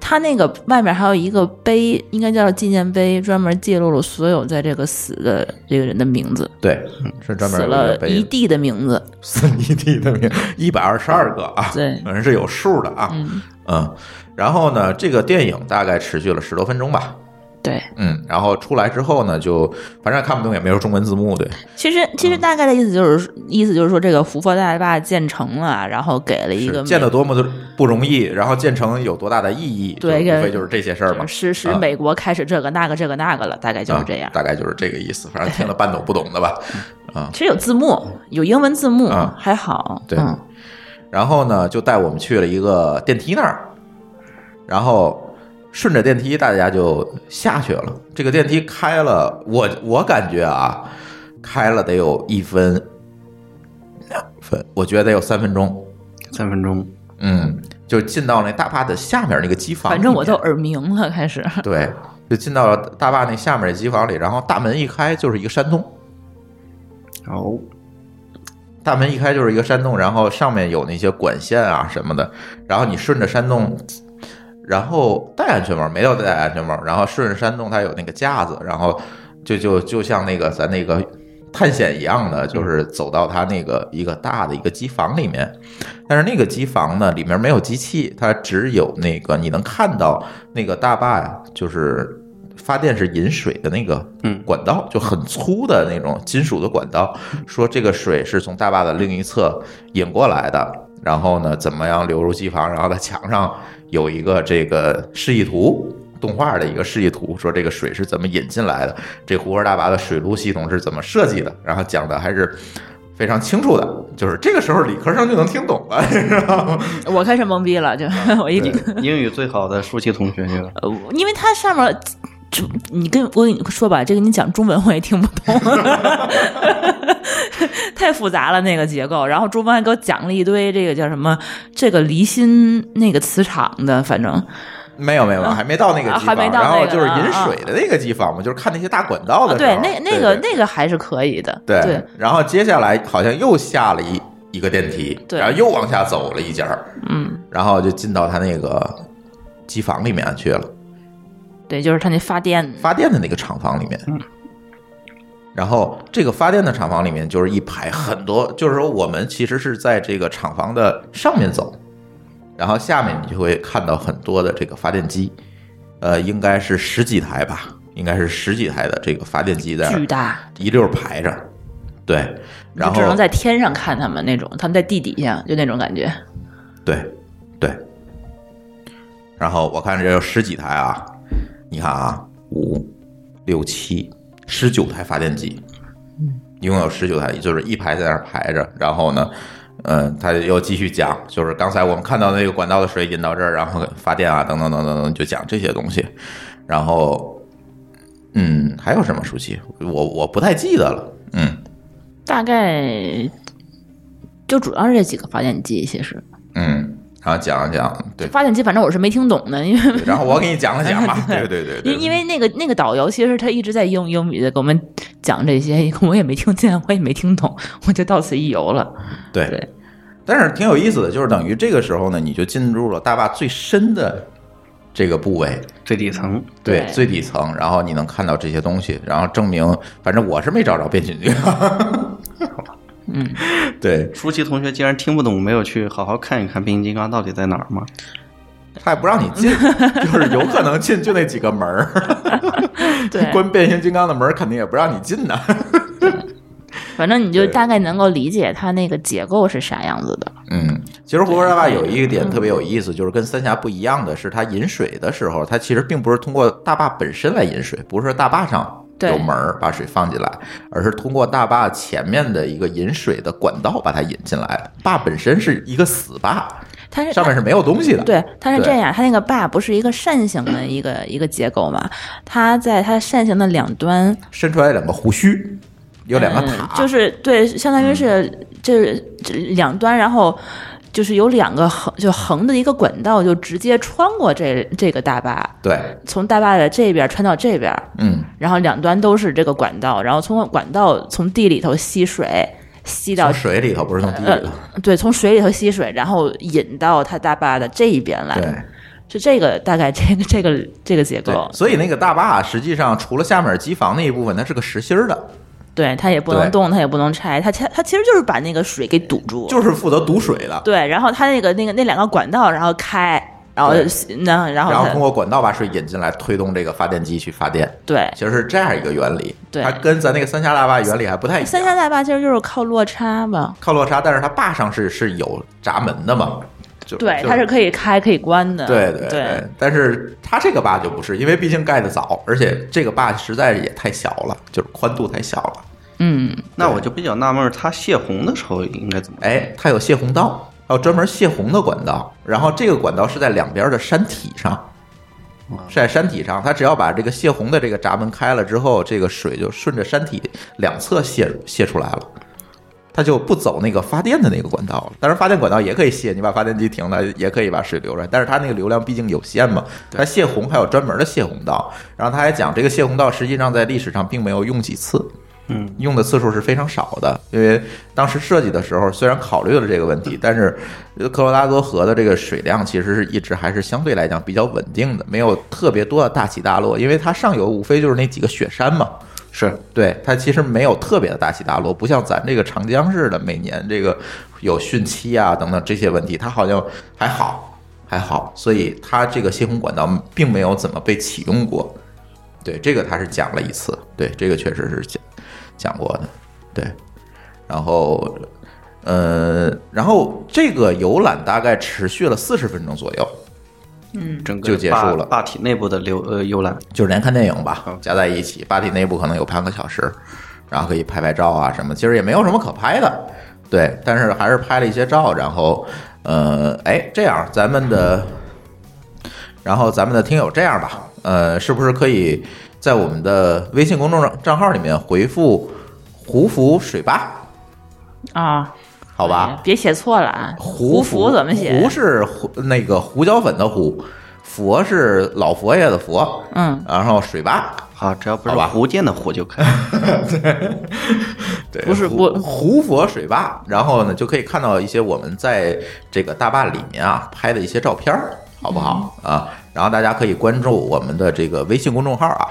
[SPEAKER 4] 它那个外面还有一个碑，应该叫纪念碑，专门记录了所有在这个死的这个人的名字，
[SPEAKER 1] 对，是专门
[SPEAKER 4] 死
[SPEAKER 1] 有一
[SPEAKER 4] 了
[SPEAKER 1] 个碑
[SPEAKER 4] 一地的
[SPEAKER 1] (laughs)
[SPEAKER 4] 名字。
[SPEAKER 1] 死一地的名，一百二十二个啊，
[SPEAKER 4] 对
[SPEAKER 1] 反正是有数的啊，
[SPEAKER 4] 嗯，
[SPEAKER 1] 嗯，然后呢，这个电影大概持续了十多分钟吧，
[SPEAKER 4] 对。
[SPEAKER 1] 嗯，然后出来之后呢，就反正看不懂，也没有中文字幕，对，
[SPEAKER 4] 其
[SPEAKER 1] 嗯
[SPEAKER 4] 实其实大概的意思就是、意思就是说，这个胡佛大坝建成了，然后给了一
[SPEAKER 1] 是
[SPEAKER 4] 个
[SPEAKER 1] 建
[SPEAKER 4] 美
[SPEAKER 1] 的多么的不容易，然后建成有多大的意义，
[SPEAKER 4] 对
[SPEAKER 1] 就
[SPEAKER 4] 一个
[SPEAKER 1] 无非就是这些事儿嘛，
[SPEAKER 4] 是是
[SPEAKER 1] 啊
[SPEAKER 4] 美国开始这个那个这个那个了，大概就是这样
[SPEAKER 1] 啊。大概就是这个意思，反正听了半懂不懂的吧，
[SPEAKER 4] 其实有字幕，有英文字幕，
[SPEAKER 1] 嗯啊
[SPEAKER 4] 还好。
[SPEAKER 1] 对
[SPEAKER 4] 嗯
[SPEAKER 1] 然后呢，就带我们去了一个电梯那儿，然后顺着电梯，大家就下去了。这个电梯开了，我我感觉啊，开了得有一分两分，我觉得得有三分钟。
[SPEAKER 3] 三分钟，
[SPEAKER 1] 嗯，就进到那大坝的下面那个机房里面，
[SPEAKER 4] 反正我都耳鸣了，开始。 (laughs)
[SPEAKER 1] 对，就进到了大坝那下面的机房里，然后大门一开就是一个山洞，
[SPEAKER 3] 然后
[SPEAKER 1] 大门一开就是一个山洞，然后上面有那些管线啊什么的，然后你顺着山洞，然后戴安全帽没有戴安全帽，然后顺着山洞它有那个架子，然后就就就像那个咱那个探险一样的，就是走到它那个一个大的一个机房里面，但是那个机房呢里面没有机器，它只有那个你能看到那个大坝呀，就是。发电是引水的那个
[SPEAKER 3] 嗯
[SPEAKER 1] 管道，就很粗的那种金属的管道，说这个水是从大坝的另一侧引过来的，然后呢，怎么样流入机房？然后在墙上有一个这个示意图，动画的一个示意图，说这个水是怎么引进来的，这湖泊大坝的水路系统是怎么设计的，然后讲的还是。非常清楚的，就是这个时候理科生就能听懂了， (laughs) 你知道吗？
[SPEAKER 4] 我开始懵逼了，就 (laughs) 我一理
[SPEAKER 1] 啊对
[SPEAKER 3] 英语最好的舒淇同学去了，
[SPEAKER 4] 呃，我因为它上面，就你跟我跟你说吧，这个你讲中文我也听不
[SPEAKER 1] (laughs)
[SPEAKER 4] 懂，太复杂了那个结构。然后朱峰还给我讲了一堆这个叫什么，这个离心那个磁场的，反正
[SPEAKER 1] 没有没有，还没到那个
[SPEAKER 4] 啊
[SPEAKER 1] 机
[SPEAKER 4] 还
[SPEAKER 1] 房，
[SPEAKER 4] 没到
[SPEAKER 1] 然后
[SPEAKER 4] 那个
[SPEAKER 1] 就是
[SPEAKER 4] 呢
[SPEAKER 1] 引
[SPEAKER 4] 啊
[SPEAKER 1] 水的那个机房嘛，就是看那些大管道的时
[SPEAKER 4] 哦对
[SPEAKER 1] 候。啊
[SPEAKER 4] 那那
[SPEAKER 1] 对
[SPEAKER 4] 个
[SPEAKER 1] 对
[SPEAKER 4] 那个还是可以的，
[SPEAKER 1] 对，
[SPEAKER 4] 对
[SPEAKER 1] 然后接下来好像又下了一一个电梯，
[SPEAKER 4] 对
[SPEAKER 1] 然后又往下走了一截儿，
[SPEAKER 4] 嗯，
[SPEAKER 1] 然后就进到他那个机房里面去了，
[SPEAKER 4] 对，就是它那发电
[SPEAKER 1] 发电的那个厂房里面。
[SPEAKER 4] 嗯
[SPEAKER 1] 然后这个发电的厂房里面就是一排很多，就是说我们其实是在这个厂房的上面走，然后下面你就会看到很多的这个发电机，呃，应该是十几台吧，应该是十几台的这个发电机在那儿
[SPEAKER 4] 巨大，
[SPEAKER 1] 一溜儿排着，对，然后
[SPEAKER 4] 就只能在天上看他们那种，他们在地底下就那种感觉。
[SPEAKER 1] 对，对。然后我看这有十几台啊，你看啊，五、六、七、十九台发电机，
[SPEAKER 4] 嗯
[SPEAKER 1] 一共有十九台，就是一排在那儿排着。然后呢，嗯，他又继续讲，就是刚才我们看到那个管道的水引到这儿，然后发电啊，等等等等等，就讲这些东西。然后，嗯，还有什么熟悉？我我不太记得了。嗯
[SPEAKER 4] 大概就主要是这几个发电机，其实
[SPEAKER 1] 嗯，然后讲一讲，对，
[SPEAKER 4] 发电机反正我是没听懂的，因为。
[SPEAKER 1] 对然后我给你讲了讲
[SPEAKER 4] (laughs)
[SPEAKER 1] 吧。对对对对，
[SPEAKER 4] 因因为那个那个导游其实他一直在用英语的给我们讲这些， (laughs) 我也没听见，我也没听懂， (laughs) 我就到此一游了。
[SPEAKER 1] 对，
[SPEAKER 4] 对
[SPEAKER 1] 但是挺有意思的，就是等于这个时候呢，你就进入了大坝最深的这个部位，
[SPEAKER 3] 最底层
[SPEAKER 4] 对
[SPEAKER 1] 最底层，然后你能看到这些东西，然后证明，反正我是没找着变形金刚。 (laughs)
[SPEAKER 4] 嗯，
[SPEAKER 1] 对，
[SPEAKER 3] 舒淇同学竟然听不懂，没有去好好看一看变形金刚到底在哪儿吗？
[SPEAKER 1] 他也不让你
[SPEAKER 4] (laughs)
[SPEAKER 1] 进，就是有可能进就那几个门儿，(laughs)
[SPEAKER 4] 对，
[SPEAKER 1] 关变形金刚的门儿肯定也不让你进的。
[SPEAKER 4] 反正你就
[SPEAKER 1] 对
[SPEAKER 4] 大概能够理解它那个结构是啥样子的。
[SPEAKER 1] 嗯，其实《胡说大坝》有一个点特别有意思，就是跟三峡不一样的是，它引水的时候，它其实并不是通过大坝本身来引水，不是说大坝上
[SPEAKER 4] 对
[SPEAKER 1] 有门儿把水放进来，而是通过大坝前面的一个引水的管道把它引进来的。坝本身是一个死坝，
[SPEAKER 4] 它是
[SPEAKER 1] 上面是没有东西的。
[SPEAKER 4] 对，它是
[SPEAKER 1] 对
[SPEAKER 4] 这样，它那个坝不是一个扇形的一个一个结构嘛？它在它扇形的两端
[SPEAKER 1] 伸出来两个胡须，有两个塔，嗯
[SPEAKER 4] 嗯就是对，相当于是这这两端，然后就是有两个横，就横的一个管道，就直接穿过这这个大坝，
[SPEAKER 1] 对，
[SPEAKER 4] 从大坝的这边穿到这边，
[SPEAKER 1] 嗯，
[SPEAKER 4] 然后两端都是这个管道，然后从管道从地里头吸水，吸到呃
[SPEAKER 1] 从水里头不是从地里头。
[SPEAKER 4] 对，从水里头吸水，然后引到它大坝的这一边来。
[SPEAKER 1] 对，
[SPEAKER 4] 是这个大概这个这个这个结
[SPEAKER 1] 对
[SPEAKER 4] 构，，
[SPEAKER 1] 所以那个大坝实际上除了下面机房那一部分，它是个实心儿的，
[SPEAKER 4] 对，它也不
[SPEAKER 1] 对
[SPEAKER 4] 能动，它也不能拆，它它它其实就是把那个水给堵住，
[SPEAKER 1] 就是负责堵水的。
[SPEAKER 4] 对，然后它那个那个那两个管道，然后开，然后
[SPEAKER 1] 对
[SPEAKER 4] 那然后
[SPEAKER 1] 然后
[SPEAKER 4] 它
[SPEAKER 1] 通过管道把水引进来，推动这个发电机去发电，
[SPEAKER 4] 对
[SPEAKER 1] 其实是这样一个原理。
[SPEAKER 4] 对
[SPEAKER 1] 它跟咱那个三峡大坝原理还不太一样。
[SPEAKER 4] 三峡大坝其实就是靠落差嘛，
[SPEAKER 1] 靠落差，但是它坝上是是有闸门的嘛，就
[SPEAKER 4] 对，
[SPEAKER 1] 就
[SPEAKER 4] 它是可以开可以关的，
[SPEAKER 1] 对
[SPEAKER 4] 对
[SPEAKER 1] 对对，但是它这个坝就不是，因为毕竟盖的早，而且这个坝实在是也太小了，就是宽度太小了。
[SPEAKER 4] 嗯，
[SPEAKER 3] 那
[SPEAKER 1] 啊
[SPEAKER 3] 我就比较纳闷儿，它泄洪的时候应该怎么？
[SPEAKER 1] 哎，它有泄洪道，还有专门泄洪的管道，然后这个管道是在两边的山体上。是在山体上，它只要把这个泄洪的这个闸门开了之后，这个水就顺着山体两侧泄泄出来了，它就不走那个发电的那个管道了。当然，发电管道也可以泄，你把发电机停了，也可以把水流出来，但是它那个流量毕竟有限嘛。它泄洪还有专门的泄洪道，然后他还讲这个泄洪道实际上在历史上并没有用几次，
[SPEAKER 3] 嗯，
[SPEAKER 1] 用的次数是非常少的，因为当时设计的时候虽然考虑了这个问题，但是呃科罗拉多河的这个水量其实是一直还是相对来讲比较稳定的，没有特别多的大起大落，因为它上游无非就是那几个雪山嘛。
[SPEAKER 3] 是
[SPEAKER 1] 对它其实没有特别的大起大落，不像咱这个长江似的，每年这个有汛期啊等等这些问题，它好像还好还好，所以它这个泄洪管道并没有怎么被启用过。对，这个它是讲了一次，对，这个确实是讲讲过的，对。然后，呃，然后这个游览大概持续了四十分钟左右，
[SPEAKER 3] 整个
[SPEAKER 1] 就结束
[SPEAKER 3] 坝
[SPEAKER 1] 了
[SPEAKER 3] 坝体内部的流呃游览，
[SPEAKER 1] 就是连看电影吧
[SPEAKER 3] 嗯，
[SPEAKER 1] 加在一起，坝体内部可能有半个小时，然后可以拍拍照啊什么，其实也没有什么可拍的，对，但是还是拍了一些照，然后，呃，哎，这样咱们的，然后咱们的听友这样吧，呃，是不是可以在我们的微信公众账号里面回复“胡福水坝
[SPEAKER 4] 啊，”，
[SPEAKER 1] 好吧？
[SPEAKER 4] 别写错了啊，
[SPEAKER 1] 胡
[SPEAKER 4] 胡服怎么写？
[SPEAKER 1] 胡是胡那个胡椒粉的胡，佛是老佛爷的佛，
[SPEAKER 4] 嗯，
[SPEAKER 1] 然后水坝。
[SPEAKER 3] 好，只要不是
[SPEAKER 1] 好吧
[SPEAKER 3] 湖建的湖就可以。
[SPEAKER 1] 对，
[SPEAKER 4] 不是
[SPEAKER 1] 胡
[SPEAKER 4] 不
[SPEAKER 1] 胡佛水坝，然后呢就可以看到一些我们在这个大坝里面啊拍的一些照片儿，好不好、
[SPEAKER 4] 嗯
[SPEAKER 1] 啊？然后大家可以关注我们的这个微信公众号啊，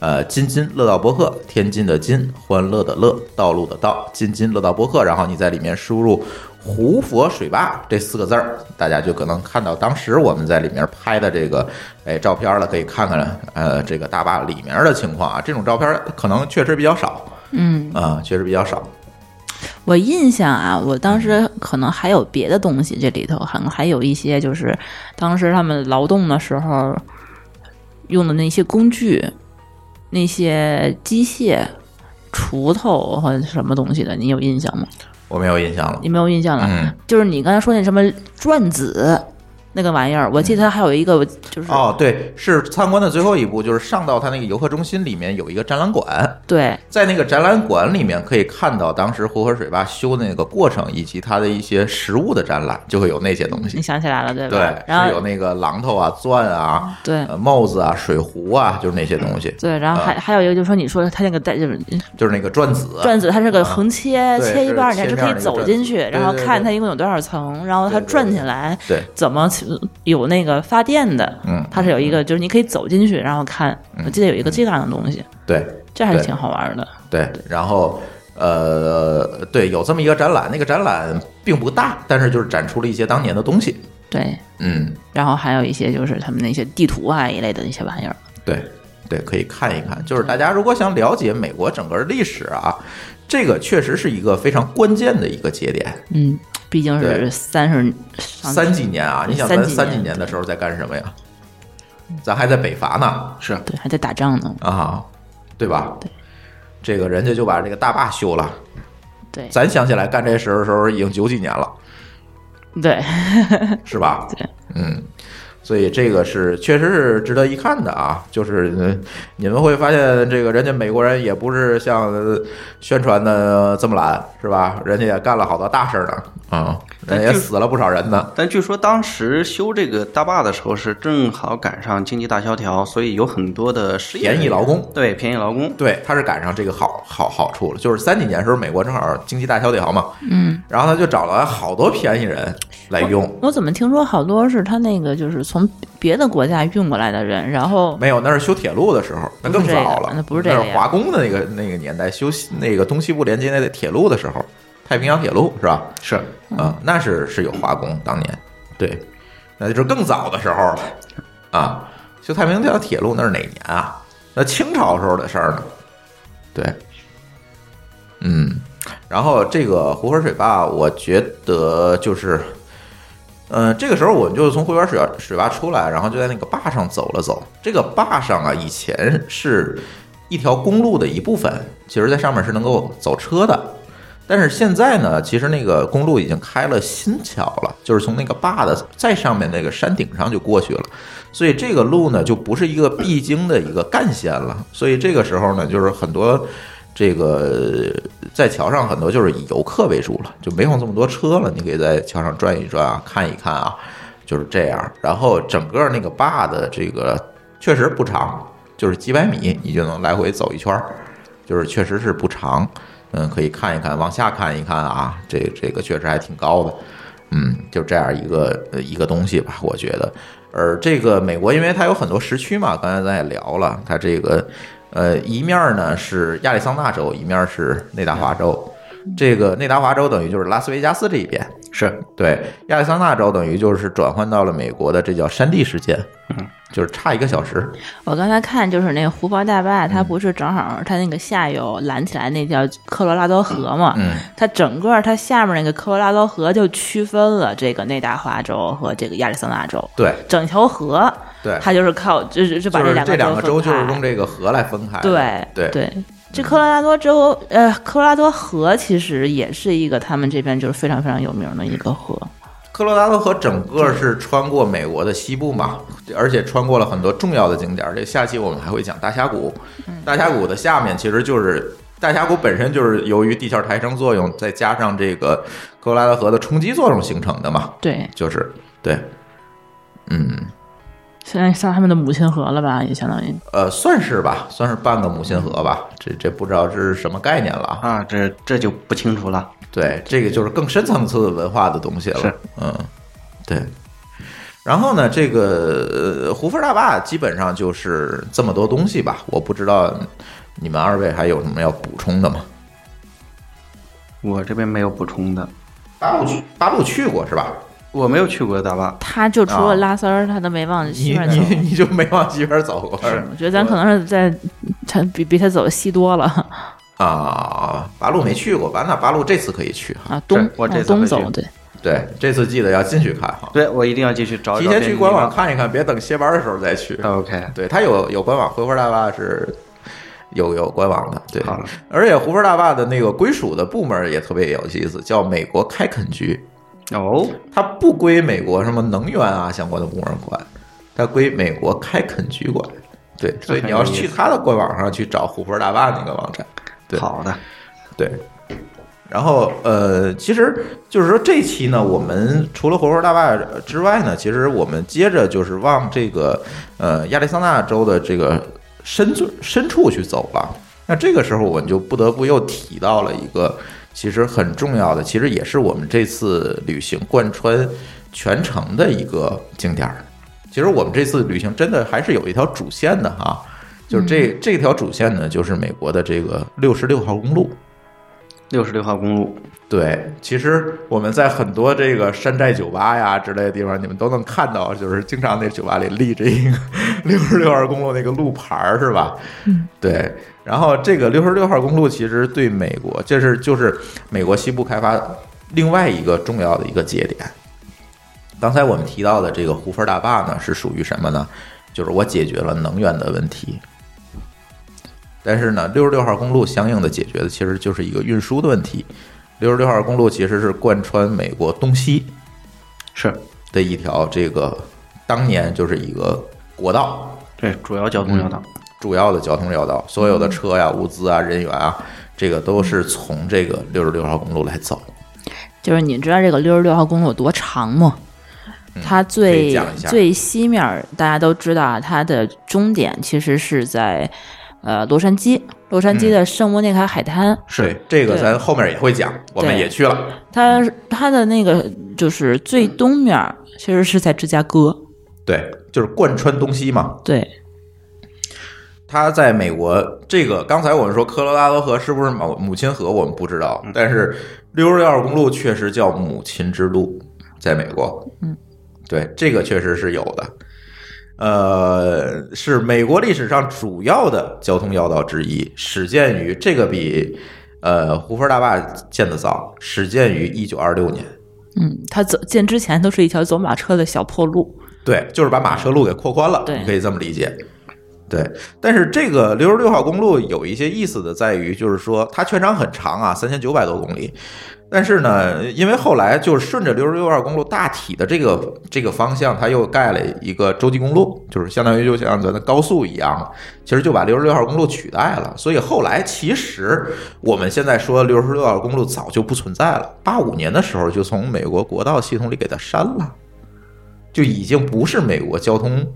[SPEAKER 1] 呃，津津乐道播客，天津的津，欢乐的乐，道路的道，津津乐道播客，然后你在里面输入。胡佛水坝这四个字儿，大家就可能看到当时我们在里面拍的这个哎照片了，可以看看呃这个大坝里面的情况啊。这种照片可能确实比较少，
[SPEAKER 4] 嗯，
[SPEAKER 1] 啊，确实比较少。
[SPEAKER 4] 我印象啊，我当
[SPEAKER 1] 嗯
[SPEAKER 4] 时可能还有别的东西，这里头还还有一些就是当时他们劳动的时候用的那些工具、那些机械、锄头或者什么东西的，你有印象吗？
[SPEAKER 1] 我没有印象了
[SPEAKER 4] 你。没有印象了？啊
[SPEAKER 1] 嗯
[SPEAKER 4] 就是你刚才说那什么转子那个玩意儿，我记得它还有一个就是、
[SPEAKER 1] 哦，对，是参观的最后一步，就是上到它那个游客中心里面有一个展览馆，
[SPEAKER 4] 对
[SPEAKER 1] 在那个展览馆里面可以看到当时湖河水坝修的那个过程，以及它的一些实物的展览，就会有那些东
[SPEAKER 4] 你
[SPEAKER 1] 西。
[SPEAKER 4] 想起来了对吧？
[SPEAKER 1] 对，
[SPEAKER 4] 嗯然
[SPEAKER 1] 是有
[SPEAKER 4] 后嗯
[SPEAKER 1] 那个榔头啊、钻啊、
[SPEAKER 4] 对
[SPEAKER 1] 呃帽子啊、水壶啊，就是那些东西，
[SPEAKER 4] 对，然后
[SPEAKER 1] 啊
[SPEAKER 4] 还、还有一个就是说你说的它那个带就是
[SPEAKER 1] 就是那个转子。啊嗯
[SPEAKER 4] 转子它是个横切，
[SPEAKER 1] 对
[SPEAKER 4] 切一半儿，你还
[SPEAKER 1] 是
[SPEAKER 4] 是
[SPEAKER 1] 切面儿那
[SPEAKER 4] 可以
[SPEAKER 1] 个
[SPEAKER 4] 走
[SPEAKER 1] 转
[SPEAKER 4] 进
[SPEAKER 1] 子
[SPEAKER 4] 去，
[SPEAKER 1] 对
[SPEAKER 4] 然后
[SPEAKER 1] 对
[SPEAKER 4] 看
[SPEAKER 1] 对
[SPEAKER 4] 它一共有多少层，然后
[SPEAKER 1] 对
[SPEAKER 4] 它
[SPEAKER 1] 对
[SPEAKER 4] 转起
[SPEAKER 1] 对
[SPEAKER 4] 来，
[SPEAKER 1] 对
[SPEAKER 4] 怎么起有那个发电的，
[SPEAKER 1] 嗯
[SPEAKER 4] 它是有一个就是你可以走进去，然后看，我记得有一个这样的东西，
[SPEAKER 1] 对
[SPEAKER 4] 这还是
[SPEAKER 1] 对
[SPEAKER 4] 挺好玩的，
[SPEAKER 1] 对，然后。呃，对，有这么一个展览，那个展览并不大，但是就是展出了一些当年的东西。
[SPEAKER 4] 对，
[SPEAKER 1] 嗯，
[SPEAKER 4] 然后还有一些就是他们那些地图啊一类的那些玩意儿，
[SPEAKER 1] 对对，可以看一看。就是大家如果想了解美国整个历史啊，这个确实是一个非常关键的一个节点。
[SPEAKER 4] 嗯，毕竟
[SPEAKER 1] 对
[SPEAKER 4] 是三十上
[SPEAKER 1] 三几年啊，你想
[SPEAKER 4] 三
[SPEAKER 1] 咱
[SPEAKER 4] 几
[SPEAKER 1] 三
[SPEAKER 4] 年
[SPEAKER 1] 几年的时候在干什么呀？咱还在北伐呢
[SPEAKER 3] 是
[SPEAKER 4] 对还在打仗呢，
[SPEAKER 1] 啊，对吧？这个人家就把这个大坝修了，
[SPEAKER 4] 对
[SPEAKER 1] 咱想起来干这事儿的时候已经九几年了。
[SPEAKER 4] 对， (laughs)
[SPEAKER 1] 是吧？
[SPEAKER 4] 对，
[SPEAKER 1] 嗯，所以这个是确实是值得一看的啊。就是呃你们会发现，这个人家美国人也不是像呃宣传的这么懒，是吧？人家也干了好多大事儿呢，啊、人
[SPEAKER 3] 但
[SPEAKER 1] 家也
[SPEAKER 3] 就是
[SPEAKER 1] 死了不少人呢。
[SPEAKER 3] 但据说当时修这个大坝的时候是正好赶上经济大萧条，所以有很多的失业
[SPEAKER 1] 便
[SPEAKER 3] 人
[SPEAKER 1] 宜
[SPEAKER 3] 员
[SPEAKER 1] 劳工，
[SPEAKER 3] 对便宜劳工，
[SPEAKER 1] 对，他是赶上这个好好好处了。就是三几年时候，美国正好经济大萧条嘛，
[SPEAKER 4] 嗯，
[SPEAKER 1] 然后他就找了好多便宜人，来用。
[SPEAKER 4] 我怎么听说好多是他那个就是从别的国家运过来的人，然后
[SPEAKER 1] 没有，那是修铁路的时候，那
[SPEAKER 4] 哦不
[SPEAKER 1] 更
[SPEAKER 4] 是这个
[SPEAKER 1] 早了，
[SPEAKER 4] 那不是这个呀
[SPEAKER 1] 那是华工的那个那个年代，修西那个东西部连接那个铁路的时候，太平洋铁路是吧？
[SPEAKER 3] 是
[SPEAKER 1] 啊、那是是有华工当年，对，那就是更早的时候了啊。修太平洋铁路那是哪年啊？那清朝时候的事儿呢？对，嗯，然后这个湖河水坝，我觉得就是，呃，这个时候我们就从湖边水水坝出来，然后就在那个坝上走了走。这个坝上啊，以前是一条公路的一部分，其实在上面是能够走车的。但是现在呢，其实那个公路已经开了新桥了，就是从那个坝的再上面那个山顶上就过去了，所以这个路呢就不是一个必经的一个干线了。所以这个时候呢，就是很多这个在桥上很多就是以游客为主了，就没有这么多车了，你可以在桥上转一转啊，看一看啊，就是这样。然后整个那个坝的这个确实不长，就是几百米你就能来回走一圈儿，就是确实是不长。嗯，可以看一看，往下看一看啊，这这个确实还挺高的，嗯，就这样一个呃一个东西吧，我觉得。而这个美国，因为它有很多时区嘛，刚才咱也聊了，它这个呃一面呢是亚利桑那州，一面是内达华州。这个内达华州等于就是拉斯维加斯这一边，
[SPEAKER 3] 是，
[SPEAKER 1] 对，亚利桑那州等于就是转换到了美国的这叫山地时间，就是差一个小时。
[SPEAKER 4] 我刚才看就是那个胡佛大
[SPEAKER 1] 嗯
[SPEAKER 4] 坝，它不是正好它那个下游拦起来那叫科罗拉多河嘛，
[SPEAKER 1] 嗯，
[SPEAKER 4] 它整个它下面那个科罗拉多河就区分了这个内达华州和这个亚利桑那州，
[SPEAKER 1] 对
[SPEAKER 4] 整条河
[SPEAKER 1] 对，
[SPEAKER 4] 它就是靠就是就把
[SPEAKER 1] 就是
[SPEAKER 4] 两
[SPEAKER 1] 这
[SPEAKER 4] 个
[SPEAKER 1] 两个州就是
[SPEAKER 4] 分开
[SPEAKER 1] 用这个河来分开的。
[SPEAKER 4] 对
[SPEAKER 1] 对嗯
[SPEAKER 4] 对，这科罗拉多州，呃，科罗拉多河其实也是一个他们这边就是非常非常有名的一个河。
[SPEAKER 1] 嗯科罗拉多河整个是穿过美国的西部嘛，
[SPEAKER 4] 嗯
[SPEAKER 1] 而且穿过了很多重要的景点儿。这下期我们还会讲大峡谷，
[SPEAKER 4] 嗯
[SPEAKER 1] 大峡谷的下面其实就是大峡谷本身就是由于地壳抬升作用，再加上这个科罗拉多河的冲击作用形成的嘛，
[SPEAKER 4] 对，
[SPEAKER 1] 就是对，嗯，
[SPEAKER 4] 现在像他们的母亲河了吧，也相当于
[SPEAKER 1] 呃，算是吧，算是半个母亲河吧，这这不知道这是什么概念了啊。
[SPEAKER 3] 啊，这这就不清楚了。
[SPEAKER 1] 对，这个就是更深层次的文化的东西了。
[SPEAKER 3] 是，
[SPEAKER 1] 嗯，对。然后呢，这个呃胡佛大坝基本上就是这么多东西吧。我不知道你们二位还有什么要补充的吗？
[SPEAKER 3] 我这边没有补充的，
[SPEAKER 1] 八路去，八路去过是吧？
[SPEAKER 3] 我没有去过大坝，
[SPEAKER 4] 他就除
[SPEAKER 1] 啊
[SPEAKER 4] 了拉丝儿，他都没往
[SPEAKER 1] 你
[SPEAKER 4] 西边啊走。
[SPEAKER 1] 你你就没往西边走过
[SPEAKER 4] 嗯我觉得咱可能是在他比比他走的西多了
[SPEAKER 1] 啊？八路没去过吧？那八路这次可以去哈。
[SPEAKER 4] 啊，东
[SPEAKER 3] 我这
[SPEAKER 4] 往
[SPEAKER 3] 次
[SPEAKER 4] 东
[SPEAKER 3] 回去
[SPEAKER 4] 走对。
[SPEAKER 1] 对，这次记得要进去看哈，
[SPEAKER 3] 对我一定要继续找
[SPEAKER 1] 提
[SPEAKER 3] 一找。
[SPEAKER 1] 前去官网。看一看，别等歇班的时候再去。
[SPEAKER 3] OK，
[SPEAKER 1] 对，它有有官网，回佛大坝是有有官网的，对
[SPEAKER 3] 好了。
[SPEAKER 1] 而且胡佛大坝的那个归属的部门也特别有意思，叫美国开垦局，
[SPEAKER 3] 哦，
[SPEAKER 1] 它不归美国什么能源啊相关的部门管，它归美国开垦局管。对，所以你要去它的官网上去找胡佛大坝那个网站。对
[SPEAKER 3] 好的，
[SPEAKER 1] 对。然后，呃，其实就是说这期呢，我们除了活佛大坝之外呢，其实我们接着就是往这个呃亚利桑那州的这个深处深处去走了。那这个时候，我们就不得不又提到了一个其实很重要的，其实也是我们这次旅行贯穿全程的一个景点儿。其实我们这次旅行真的还是有一条主线的哈，就是这、这条主线呢，就是美国的这个六十六号公路。
[SPEAKER 3] 六十六号公路，
[SPEAKER 1] 对，其实我们在很多这个山寨酒吧呀之类的地方，你们都能看到，就是经常那酒吧里立着一个 (laughs) 六十六号公路那个路牌儿，是吧？嗯，对。然后这个六十六号公路其实对美国，这是就是美国西部开发另外一个重要的一个节点。刚才我们提到的这个胡佛大坝呢，是属于什么呢？就是我解决了能源的问题，但是呢，六十六号公路相应的解决的其实就是一个运输的问题。六十六号公路其实是贯穿美国东西
[SPEAKER 3] 是
[SPEAKER 1] 的一条这个当年就是一个国道，
[SPEAKER 3] 对主要交通要道。
[SPEAKER 1] 主要的交通要道，所有的车呀、物资啊、人员啊，这个都是从这个六十六号公路来走。
[SPEAKER 4] 就是你知道这个六十六号公路有多长吗？它
[SPEAKER 1] 可以
[SPEAKER 4] 最
[SPEAKER 1] 讲一下
[SPEAKER 4] 最西面儿，大家都知道啊，它的终点其实是在呃洛杉矶，洛杉矶的圣莫涅卡海滩，
[SPEAKER 1] 是这个，
[SPEAKER 4] 对
[SPEAKER 1] 咱后面也会讲，我们
[SPEAKER 4] 对
[SPEAKER 1] 也去了。
[SPEAKER 4] 它它的那个就是最东面儿其实是在芝加哥，
[SPEAKER 1] 对，就是贯穿东西嘛。
[SPEAKER 4] 对
[SPEAKER 1] 它在美国这个，刚才我们说科罗拉多河是不是母母亲河，我们不知道，但是六十六号公路确实叫母亲之路，在美国，嗯，对，这个确实是有的。呃，是美国历史上主要的交通要道之一，始建于这个比呃胡佛大坝建的早，始建于一九二六年。
[SPEAKER 4] 嗯，它走建之前都是一条走马车的小破路，
[SPEAKER 1] 对，就是把马车路给扩宽了，
[SPEAKER 4] 对
[SPEAKER 1] 你可以这么理解。对，但是这个六十六号公路有一些意思的在于，就是说它全长很长啊，三千九百多公里。但是呢，因为后来就是顺着六十六号公路大体的这个这个方向，它又盖了一个洲际公路，就是相当于就像咱的高速一样，其实就把六十六号公路取代了。所以后来其实我们现在说六十六号公路早就不存在了，八五年的时候就从美国国道系统里给它删了。就已经不是美国交通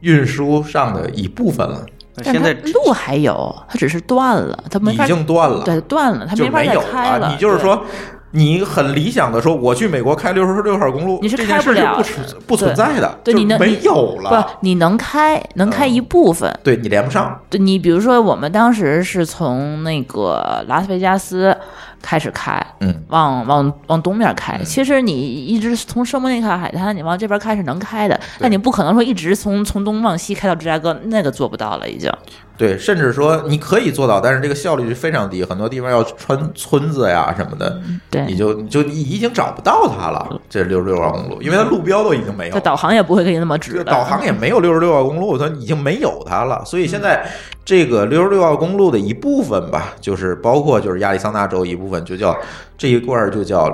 [SPEAKER 1] 运输上的一部分了，
[SPEAKER 4] 但
[SPEAKER 3] 现
[SPEAKER 4] 它
[SPEAKER 3] 在
[SPEAKER 4] 路还有，它只是断了，它没
[SPEAKER 1] 已
[SPEAKER 4] 法
[SPEAKER 1] 经断了，
[SPEAKER 4] 对断了，它
[SPEAKER 1] 就
[SPEAKER 4] 没法
[SPEAKER 1] 没
[SPEAKER 4] 再
[SPEAKER 1] 有啊
[SPEAKER 4] 开
[SPEAKER 1] 你就是
[SPEAKER 4] 对
[SPEAKER 1] 说，你很理想的说，我去美国开六十六号公路，
[SPEAKER 4] 你是
[SPEAKER 1] 这件
[SPEAKER 4] 开不
[SPEAKER 1] 事是
[SPEAKER 4] 了
[SPEAKER 1] 不存不存在的，
[SPEAKER 4] 对
[SPEAKER 1] 就
[SPEAKER 4] 你能
[SPEAKER 1] 没
[SPEAKER 4] 你
[SPEAKER 1] 有了，嗯
[SPEAKER 4] 不，你能开能开一部分，
[SPEAKER 1] 对你连不上，
[SPEAKER 4] 对你比如说，我们当时是从那个拉斯维加斯开始开，
[SPEAKER 1] 嗯，
[SPEAKER 4] 往往往东面开。其实你一直从圣莫尼卡海滩，你往这边开是能开的，但你不可能说一直从从东往西开到芝加哥，那个做不到了，已经。
[SPEAKER 1] 对，甚至说你可以做到，但是这个效率就非常低，很多地方要穿村子呀什么的，你
[SPEAKER 4] 嗯对，
[SPEAKER 1] 就你就已经找不到它了，这六十六号公路，因为它路标都已经没有
[SPEAKER 4] 这
[SPEAKER 1] 了。
[SPEAKER 4] 导航也不会给你那么
[SPEAKER 1] 这
[SPEAKER 4] 直的。
[SPEAKER 1] 导航也没有六十六号公路，它已经没有它了。所以现在这个六十六号公路的一部分吧，就是包括就是亚利桑那州一部分，就叫这一块儿就叫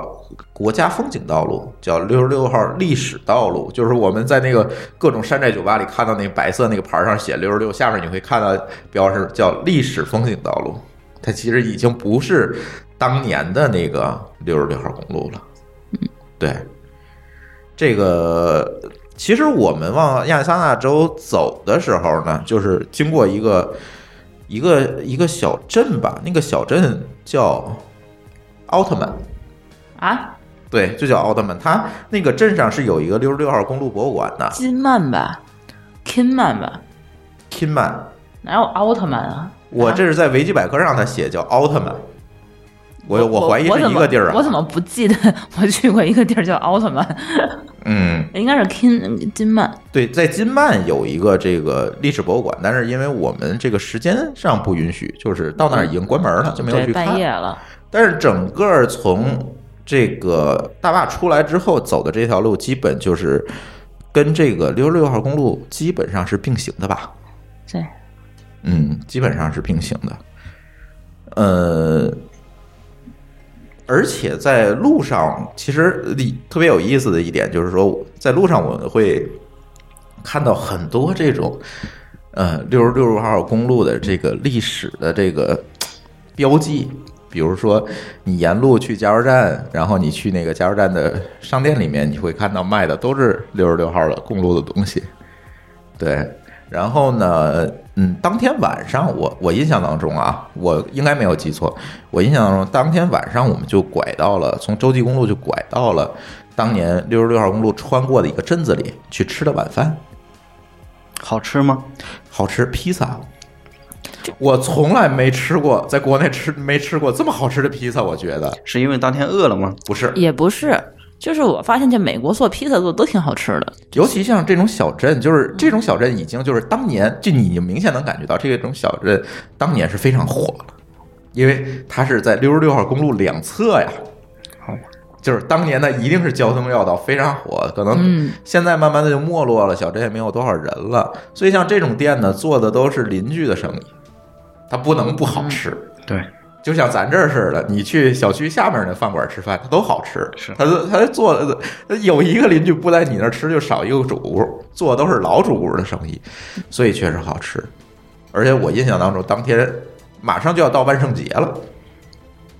[SPEAKER 1] 国家风景道路，叫六十六号历史道路。就是我们在那个各种山寨酒吧里看到那个白色那个牌儿上写六十六，下面你会看到标识叫历史风景道路。它其实已经不是当年的那个六十六号公路了。对，这个其实我们往亚利桑那州走的时候呢，就是经过一个一个一个小镇吧，那个小镇叫奥特曼，
[SPEAKER 4] 啊，
[SPEAKER 1] 对，就叫奥特曼。它那个镇上是有一个六十六号公路博物馆的
[SPEAKER 4] 金曼吧，Kin 曼吧，
[SPEAKER 1] ，Kinman。
[SPEAKER 4] 哪有奥特曼啊？
[SPEAKER 1] 我
[SPEAKER 4] 啊
[SPEAKER 1] 这是在维基百科上它写叫奥特曼，我
[SPEAKER 4] 我
[SPEAKER 1] 怀疑
[SPEAKER 4] 我
[SPEAKER 1] 是
[SPEAKER 4] 怎
[SPEAKER 1] 一
[SPEAKER 4] 么
[SPEAKER 1] 个地儿啊。
[SPEAKER 4] 我怎么不记得 (laughs) 我去过一个地儿叫奥特曼？
[SPEAKER 1] 嗯，
[SPEAKER 4] 应该是 Kin 金曼。
[SPEAKER 1] 对，在金曼有一个这个历史博物馆，但是因为我们这个时间上不允许，就是到那儿已经关门了，就没有
[SPEAKER 4] 对，
[SPEAKER 1] 去看。
[SPEAKER 4] 半夜了。
[SPEAKER 1] 但是整个从这个大坝出来之后走的这条路，基本就是跟这个六十六号公路基本上是并行的吧？
[SPEAKER 4] 对，
[SPEAKER 1] 嗯，基本上是并行的。呃，而且在路上，其实呃特别有意思的一点就是说，在路上我们会看到很多这种呃六十六号公路的这个历史的这个呃标记，比如说你沿路去加油站，然后你去那个加油站的商店里面，你会看到卖的都是六十六号的公路的东西。对，然后呢，嗯，当天晚上我我印象当中啊，我应该没有记错，我印象当中当天晚上我们就拐到了从洲际公路就拐到了当年六十六号公路穿过的一个镇子里去吃的晚饭。
[SPEAKER 3] 好吃吗？
[SPEAKER 1] 好吃披萨。我从来没吃过，在国内吃没吃过这么好吃的披萨，我觉得
[SPEAKER 3] 是因为当天饿了吗？
[SPEAKER 1] 不是，
[SPEAKER 4] 也不是，就是我发现这美国做披萨做的都挺好吃的，
[SPEAKER 1] 尤其像这种小镇，就是这种小镇已经就是当年，就你明显能感觉到这种小镇当年是非常火了，因为它是在六十六号公路两侧呀
[SPEAKER 3] 好，
[SPEAKER 1] 就是当年的一定是交通要道非常火，可能
[SPEAKER 4] 嗯
[SPEAKER 1] 现在慢慢的就没落了，小镇也没有多少人了，所以像这种店呢，做的都是邻居的生意，它不能不好吃。
[SPEAKER 3] 对，
[SPEAKER 1] 就像咱这儿似的，你去小区下面那饭馆吃饭，它都好吃。
[SPEAKER 3] 是
[SPEAKER 1] 它它做的有一个邻居不在你那儿吃，就少一个主顾，做的都是老主顾的生意，所以确实好吃。而且我印象当中，当天马上就要到万圣节了，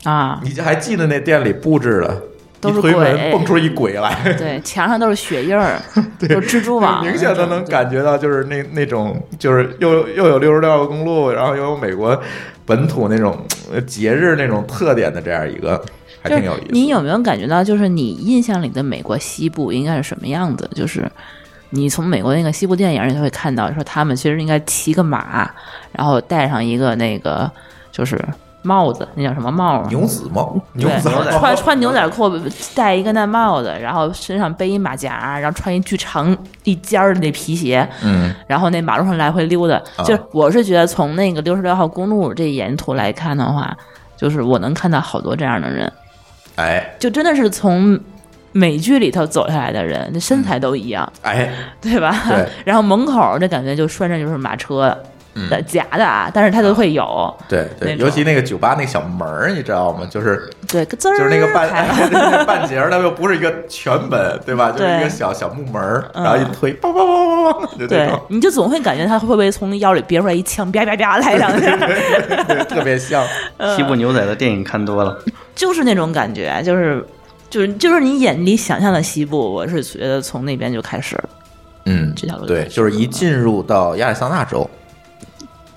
[SPEAKER 4] 啊，
[SPEAKER 1] 你还记得那店里布置了
[SPEAKER 4] 都是
[SPEAKER 1] 一推门
[SPEAKER 4] 鬼
[SPEAKER 1] 蹦出一鬼来，
[SPEAKER 4] 对，墙上都是血
[SPEAKER 1] (laughs)
[SPEAKER 4] 印儿，有蜘蛛网，啊
[SPEAKER 1] 明显的能感觉到就是那那种就是又又有六十六个公路，然后又有美国本土那种呃节日那种特点的这样一个，还
[SPEAKER 4] 就
[SPEAKER 1] 挺
[SPEAKER 4] 是
[SPEAKER 1] 有意思。
[SPEAKER 4] 你有没有感觉到，就是你印象里的美国西部应该是什么样子？就是你从美国那个西部电影里头会看到，说他们其实应该骑个马，然后戴上一个那个就是帽子，那叫什么帽啊？
[SPEAKER 1] 牛子帽，牛
[SPEAKER 4] 对，
[SPEAKER 1] 子帽，
[SPEAKER 4] 穿穿牛仔裤，戴一个那帽子，然后身上背一马甲，然后穿一巨长一尖儿的那皮鞋，
[SPEAKER 1] 嗯，
[SPEAKER 4] 然后那马路上来回溜达。
[SPEAKER 1] 啊
[SPEAKER 4] 就是我是觉得从那个六十六号公路这沿途来看的话，就是我能看到好多这样的人，
[SPEAKER 1] 哎
[SPEAKER 4] 就真的是从美剧里头走下来的人，那身材都一样，
[SPEAKER 1] 哎，
[SPEAKER 4] 对吧？
[SPEAKER 1] 对
[SPEAKER 4] (laughs) 然后门口那感觉就拴着就是马车
[SPEAKER 1] 嗯
[SPEAKER 4] 的、假的啊，但是它都会有，
[SPEAKER 1] 对对，
[SPEAKER 4] 那种
[SPEAKER 1] 尤其那个酒吧那小门儿，你知道吗？就是
[SPEAKER 4] 对，咯吱儿
[SPEAKER 1] 就是那个半
[SPEAKER 4] 开
[SPEAKER 1] (laughs)
[SPEAKER 4] 了
[SPEAKER 1] 那半截儿，它又不是一个全本，对吧？就是一个
[SPEAKER 4] 对
[SPEAKER 1] 小小木门儿，
[SPEAKER 4] 嗯
[SPEAKER 1] 然后一推，梆梆梆梆梆，就这
[SPEAKER 4] 对
[SPEAKER 1] 种，，
[SPEAKER 4] 你就总会感觉他会不会从腰里憋出来一枪，啪啪啪来两下，
[SPEAKER 1] (laughs) 对特别
[SPEAKER 4] (laughs)
[SPEAKER 1] 像。
[SPEAKER 4] 呃
[SPEAKER 3] 西部牛仔的电影看多了，
[SPEAKER 4] 就是那种感觉，就是就是就是你眼里想象的西部，我是觉得从那边就开始了。
[SPEAKER 1] 嗯，
[SPEAKER 4] 这条路
[SPEAKER 1] 对，就是一进入到亚利桑那州，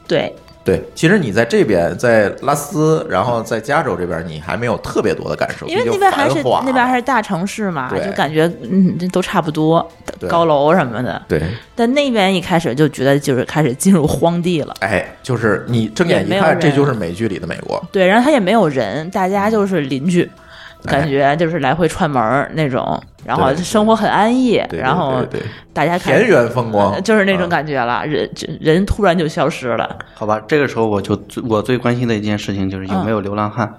[SPEAKER 4] 对，
[SPEAKER 1] 对，其实你在这边，在拉斯，然后在加州这边，你还没有特别多的感受，
[SPEAKER 4] 因为
[SPEAKER 1] 毕
[SPEAKER 4] 那
[SPEAKER 1] 竟
[SPEAKER 4] 边还是
[SPEAKER 1] 繁华
[SPEAKER 4] 那边还是大城市嘛，
[SPEAKER 1] 对
[SPEAKER 4] 就感觉嗯这都差不多
[SPEAKER 1] 对，
[SPEAKER 4] 高楼什么的。
[SPEAKER 1] 对，
[SPEAKER 4] 但那边一开始就觉得就是开始进入荒地了。
[SPEAKER 1] 哎，就是你睁眼一
[SPEAKER 4] 也没有
[SPEAKER 1] 看，
[SPEAKER 4] 人
[SPEAKER 1] 这就是美剧里的美国，
[SPEAKER 4] 对，然后他也没有人，大家就是邻居，感觉就是来回串门儿那种，然后
[SPEAKER 1] 哎对
[SPEAKER 4] 生活很安逸，
[SPEAKER 1] 对
[SPEAKER 4] 然后
[SPEAKER 1] 对对对
[SPEAKER 4] 大家看
[SPEAKER 1] 田园风光，
[SPEAKER 4] 呃就是那种
[SPEAKER 1] 嗯
[SPEAKER 4] 感觉了，人人人突然就消失了，
[SPEAKER 3] 好吧，这个时候我就最我最关心的一件事情就是有
[SPEAKER 4] 嗯
[SPEAKER 3] 没有流浪汉。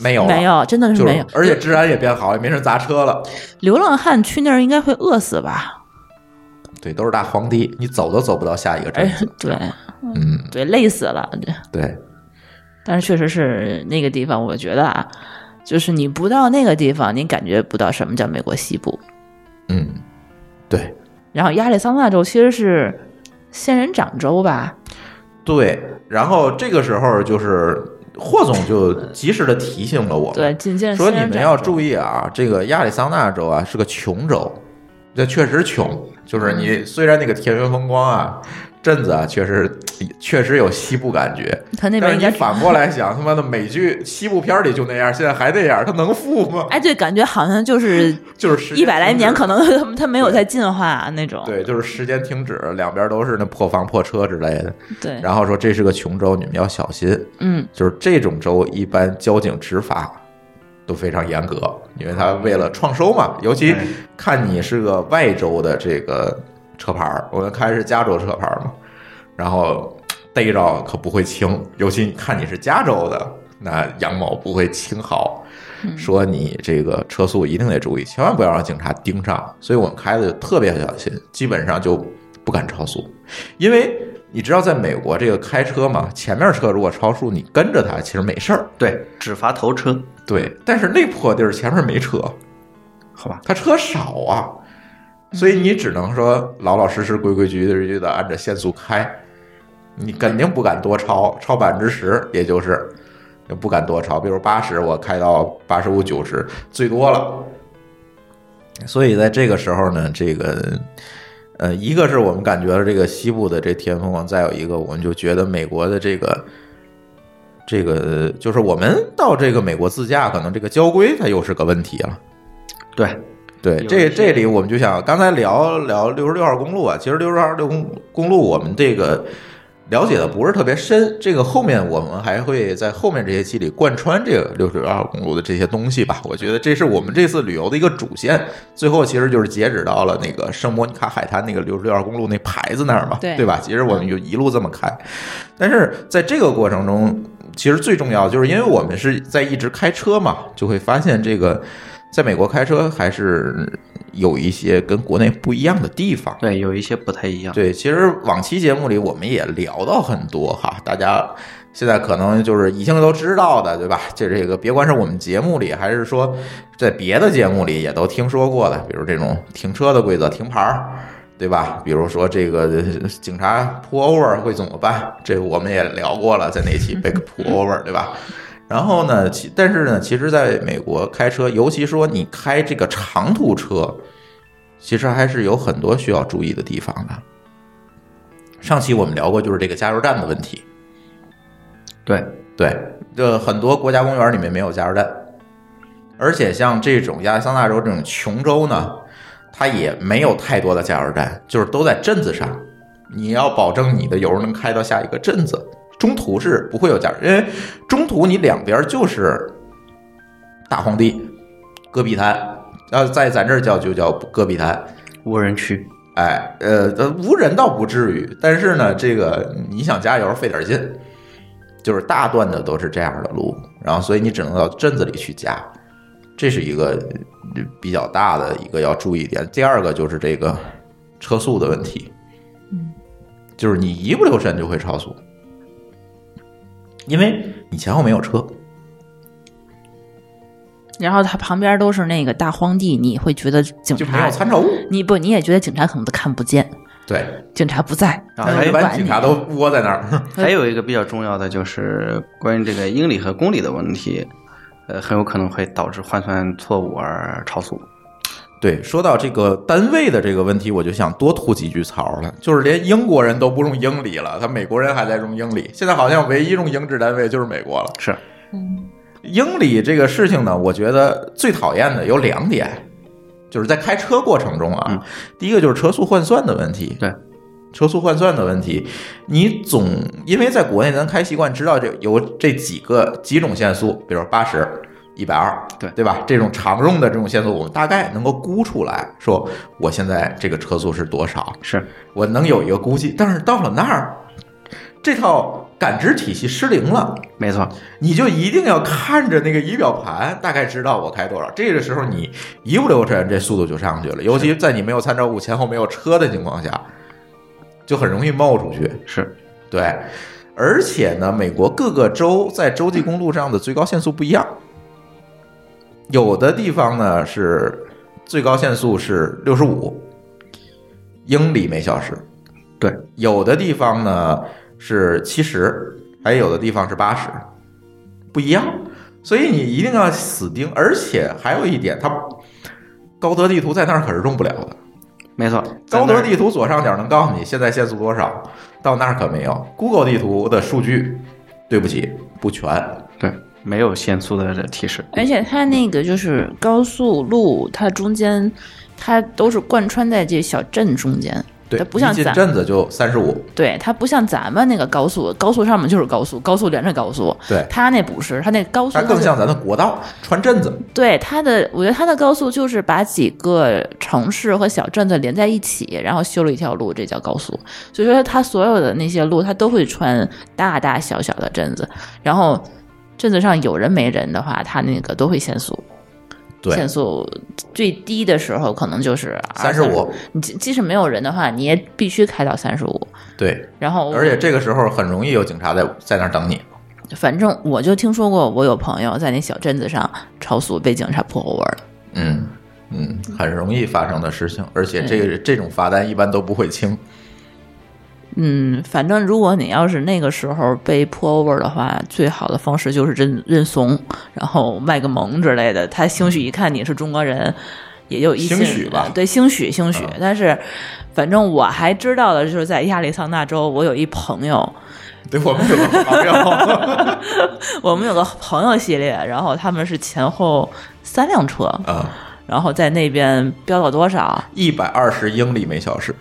[SPEAKER 1] 没有了啊
[SPEAKER 4] 没。有，真的是
[SPEAKER 1] 就
[SPEAKER 4] 没
[SPEAKER 1] 是
[SPEAKER 4] 有，。
[SPEAKER 1] 而且治安也变好，也没人砸车了。
[SPEAKER 4] 流浪汉去那儿应该会饿死吧？
[SPEAKER 1] 对，都是大荒地，你走都走不到下一个镇
[SPEAKER 4] 哎
[SPEAKER 1] 子。，
[SPEAKER 4] 对
[SPEAKER 1] 嗯，
[SPEAKER 4] 对，累死了。
[SPEAKER 1] 对，
[SPEAKER 4] 但是确实是那个地方，我觉得啊，就是你不到那个地方，你感觉不到什么叫美国西部。
[SPEAKER 1] 嗯，对
[SPEAKER 4] 然后亚利桑那州其实是仙人掌州吧？
[SPEAKER 1] 对。然后这个时候就是霍总就及时的提醒了我们，
[SPEAKER 4] 对，仅见
[SPEAKER 1] 哦说
[SPEAKER 4] 仙
[SPEAKER 1] 你
[SPEAKER 4] 人
[SPEAKER 1] 们
[SPEAKER 4] 掌
[SPEAKER 1] 要
[SPEAKER 4] 州
[SPEAKER 1] 注意啊，这个亚利桑那州啊是个穷州，这确实穷。就是
[SPEAKER 4] 嗯
[SPEAKER 1] 你虽然那个田园风光啊，镇子啊，确实确实有西部感觉，
[SPEAKER 4] 他那
[SPEAKER 1] 但
[SPEAKER 4] 边
[SPEAKER 1] 是
[SPEAKER 4] 应
[SPEAKER 1] 你
[SPEAKER 4] 该
[SPEAKER 1] 反过来想，他妈的美剧西部片里就那样，现在还那样，它能富吗？
[SPEAKER 4] 哎，对，感觉好像就是
[SPEAKER 1] 就是时间
[SPEAKER 4] 一百来
[SPEAKER 1] 停止
[SPEAKER 4] 年，可能他没有
[SPEAKER 1] 对
[SPEAKER 4] 在进化那种。
[SPEAKER 1] 对，就是时间停止，两边都是那破房破车之类的。
[SPEAKER 4] 对，
[SPEAKER 1] 然后说这是个穷州，你们要小心。
[SPEAKER 4] 嗯，
[SPEAKER 1] 就是这种州，一般交警执法都非常严格，因为他为了创收嘛。尤其看你是个外州的这个车牌儿，我们开的是加州车牌儿嘛，然后逮着可不会轻。尤其你看你是加州的，那杨某不会轻毫。说你这个车速一定得注意，千万不要让警察盯上。所以我们开的就特别小心，基本上就不敢超速，因为你知道，在美国这个开车嘛，前面车如果超速，你跟着他其实没事儿，
[SPEAKER 3] 对，只罚头车，
[SPEAKER 1] 对。但是那破地儿前面没车，
[SPEAKER 3] 嗯好吧，嗯
[SPEAKER 1] 他车少啊，所以你只能说老老实实、规规矩矩的按着限速开，你肯
[SPEAKER 3] 嗯
[SPEAKER 1] 定不敢多超，超百分之十，也就是就不敢多超。比如八十，我开到八十五、九十，最多了。所以在这个时候呢，这个呃，一个是我们感觉了这个西部的这田园风光，再有一个我们就觉得美国的这个。这个就是我们到这个美国自驾，可能这个交规它又是个问题了。
[SPEAKER 3] 对，
[SPEAKER 1] 对，
[SPEAKER 3] 有
[SPEAKER 1] 这
[SPEAKER 3] 一些
[SPEAKER 1] 这里我们就想，刚才聊聊六十六号公路啊，其实六十六号六公公路我们这个了解的不是特别深，这个后面我们还会在后面这些期里贯穿这个六十六号公路的这些东西吧。我觉得这是我们这次旅游的一个主线，最后其实就是截止到了那个圣莫尼卡海滩那个六十六号公路那牌子那儿嘛，
[SPEAKER 4] 对
[SPEAKER 1] 对吧？其实我们就一路这么开，但是在这个过程中，其实最重要就是因为我们是在一直开车嘛，就会发现这个在美国开车还是有一些跟国内不一样的地方。
[SPEAKER 3] 对，有一些不太一样。
[SPEAKER 1] 对，其实往期节目里我们也聊到很多哈，大家现在可能就是已经都知道的，对吧？就这个，别管是我们节目里，还是说在别的节目里也都听说过的，比如这种停车的规则、停牌儿，对吧？比如说这个呃警察 pull over 会怎么办？这我们也聊过了，在那期被 pull over，对吧？然后呢，其但是呢，其实在美国开车，尤其说你开这个长途车，其实还是有很多需要注意的地方的。上期我们聊过，就是这个加油站的问题。
[SPEAKER 3] 对，
[SPEAKER 1] 对，这很多国家公园里面没有加油站，而且像这种亚利桑那州这种穷州呢，它也没有太多的加油站，就是都在镇子上。你要保证你的油能开到下一个镇子，中途是不会有加油，因为中途你两边就是大荒地、戈壁滩，呃，在咱这儿叫就叫戈壁滩，
[SPEAKER 3] 无人区。
[SPEAKER 1] 哎，呃，呃无人倒不至于，但是呢，这个你想加油费点劲，就是大段的都是这样的路，然后所以你只能到镇子里去加，这是一个呃比较大的一个要注意点。第二个就是这个车速的问题，就是你一不留神就会超速，因为你前后没有车，
[SPEAKER 4] 然后它旁边都是那个大荒地，你会觉得警
[SPEAKER 1] 就没有
[SPEAKER 4] 察，
[SPEAKER 1] 参照物，
[SPEAKER 4] 你不，你也觉得警察可能都看不见，
[SPEAKER 1] 对，
[SPEAKER 4] 警察不在，然
[SPEAKER 3] 啊
[SPEAKER 4] 后
[SPEAKER 1] 但是一
[SPEAKER 4] 就
[SPEAKER 1] 般
[SPEAKER 4] 管
[SPEAKER 1] 警
[SPEAKER 4] 你。
[SPEAKER 1] 察都窝在那儿，
[SPEAKER 3] 还有一个比较重要的就是关于这个英里和公里的问题，呃，很有可能会导致换算错误而超速。
[SPEAKER 1] 对，说到这个单位的这个问题，我就想多吐几句槽了。就是连英国人都不用英里了，他美国人还在用英里。现在好像唯一用英制单位就是美国了。
[SPEAKER 3] 是，
[SPEAKER 1] 英里这个事情呢，我觉得最讨厌的有两点，就是在开车过程中啊，
[SPEAKER 3] 嗯
[SPEAKER 1] 第一个就是车速换算的问题。
[SPEAKER 3] 对，
[SPEAKER 1] 车速换算的问题，你总因为在国内咱开习惯知道这有这几个几种限速，比如八十、一百二，
[SPEAKER 3] 对
[SPEAKER 1] 对吧？这种常用的这种限速，我们大概能够估出来，说我现在这个车速是多少，
[SPEAKER 3] 是
[SPEAKER 1] 我能有一个估计。但是到了那儿，这套感知体系失灵了。
[SPEAKER 3] 没错，
[SPEAKER 1] 你就一定要看着那个仪表盘，大概知道我开多少。这个时候你一不留神，这速度就上去了。尤其在你没有参照物、前后没有车的情况下，就很容易冒出去。
[SPEAKER 3] 是
[SPEAKER 1] 对，而且呢，美国各个州在洲际公路上的最高限速不一样，有的地方呢是最高限速是六十五英里每小时，
[SPEAKER 3] 对，
[SPEAKER 1] 有的地方呢是七十，还有的地方是八十，不一样。所以你一定要死盯，而且还有一点，它高德地图在那儿可是用不了的。
[SPEAKER 3] 没错。
[SPEAKER 1] 高德
[SPEAKER 3] 在
[SPEAKER 1] 地图左上角能告诉你现在限速多少，到那儿可没有。Google 地图的数据，对不起，不全。
[SPEAKER 3] 那儿对没有限速的提示，
[SPEAKER 4] 而且它那个就是高速路，它中间它都是贯穿在这小镇中间，
[SPEAKER 1] 对，
[SPEAKER 4] 它不像
[SPEAKER 1] 一进
[SPEAKER 4] 咱
[SPEAKER 1] 镇子就三十五。
[SPEAKER 4] 对，它不像咱们那个高速，高速上面就是高速，高速连着高速。
[SPEAKER 1] 对
[SPEAKER 4] 它那不是，它那高速
[SPEAKER 1] 它
[SPEAKER 4] 它
[SPEAKER 1] 更
[SPEAKER 4] 是
[SPEAKER 1] 像咱的国道穿镇子，
[SPEAKER 4] 对它的，我觉得它的高速就是把几个城市和小镇子连在一起，然后修了一条路，这叫高速。所以说它所有的那些路，它都会穿大大小小的镇子，然后镇子上有人没人的话，它那个都会限速。限
[SPEAKER 1] 对，
[SPEAKER 4] 速最低的时候可能就是
[SPEAKER 1] 35。
[SPEAKER 4] 你即即使没有人的话，你也必须开到三十五。
[SPEAKER 1] 对，
[SPEAKER 4] 然后，
[SPEAKER 1] 而且这个时候很容易有警察在在那儿等你。
[SPEAKER 4] 反正我就听说过，我有朋友在那小镇子上超速被警察破后文儿。
[SPEAKER 1] 嗯嗯，很容易发生的事情，而且这个这种罚单一般都不会轻。
[SPEAKER 4] 嗯，反正如果你要是那个时候被 pull over 的话，最好的方式就是认认怂，然后卖个萌之类的。他兴许一看你是中国人，也就一
[SPEAKER 1] 兴
[SPEAKER 4] 信
[SPEAKER 1] 许
[SPEAKER 4] 了
[SPEAKER 1] 吧
[SPEAKER 4] 对，兴许兴许。
[SPEAKER 1] 嗯
[SPEAKER 4] 但是，反正我还知道的就是在亚利桑那州，我有一朋友，
[SPEAKER 1] 对我们有个朋友
[SPEAKER 4] (laughs) 我们有个朋友系列，然后他们是前后三辆车，
[SPEAKER 1] 啊，
[SPEAKER 4] 然后在那边飙到多少？
[SPEAKER 1] 一百二十英里每小时。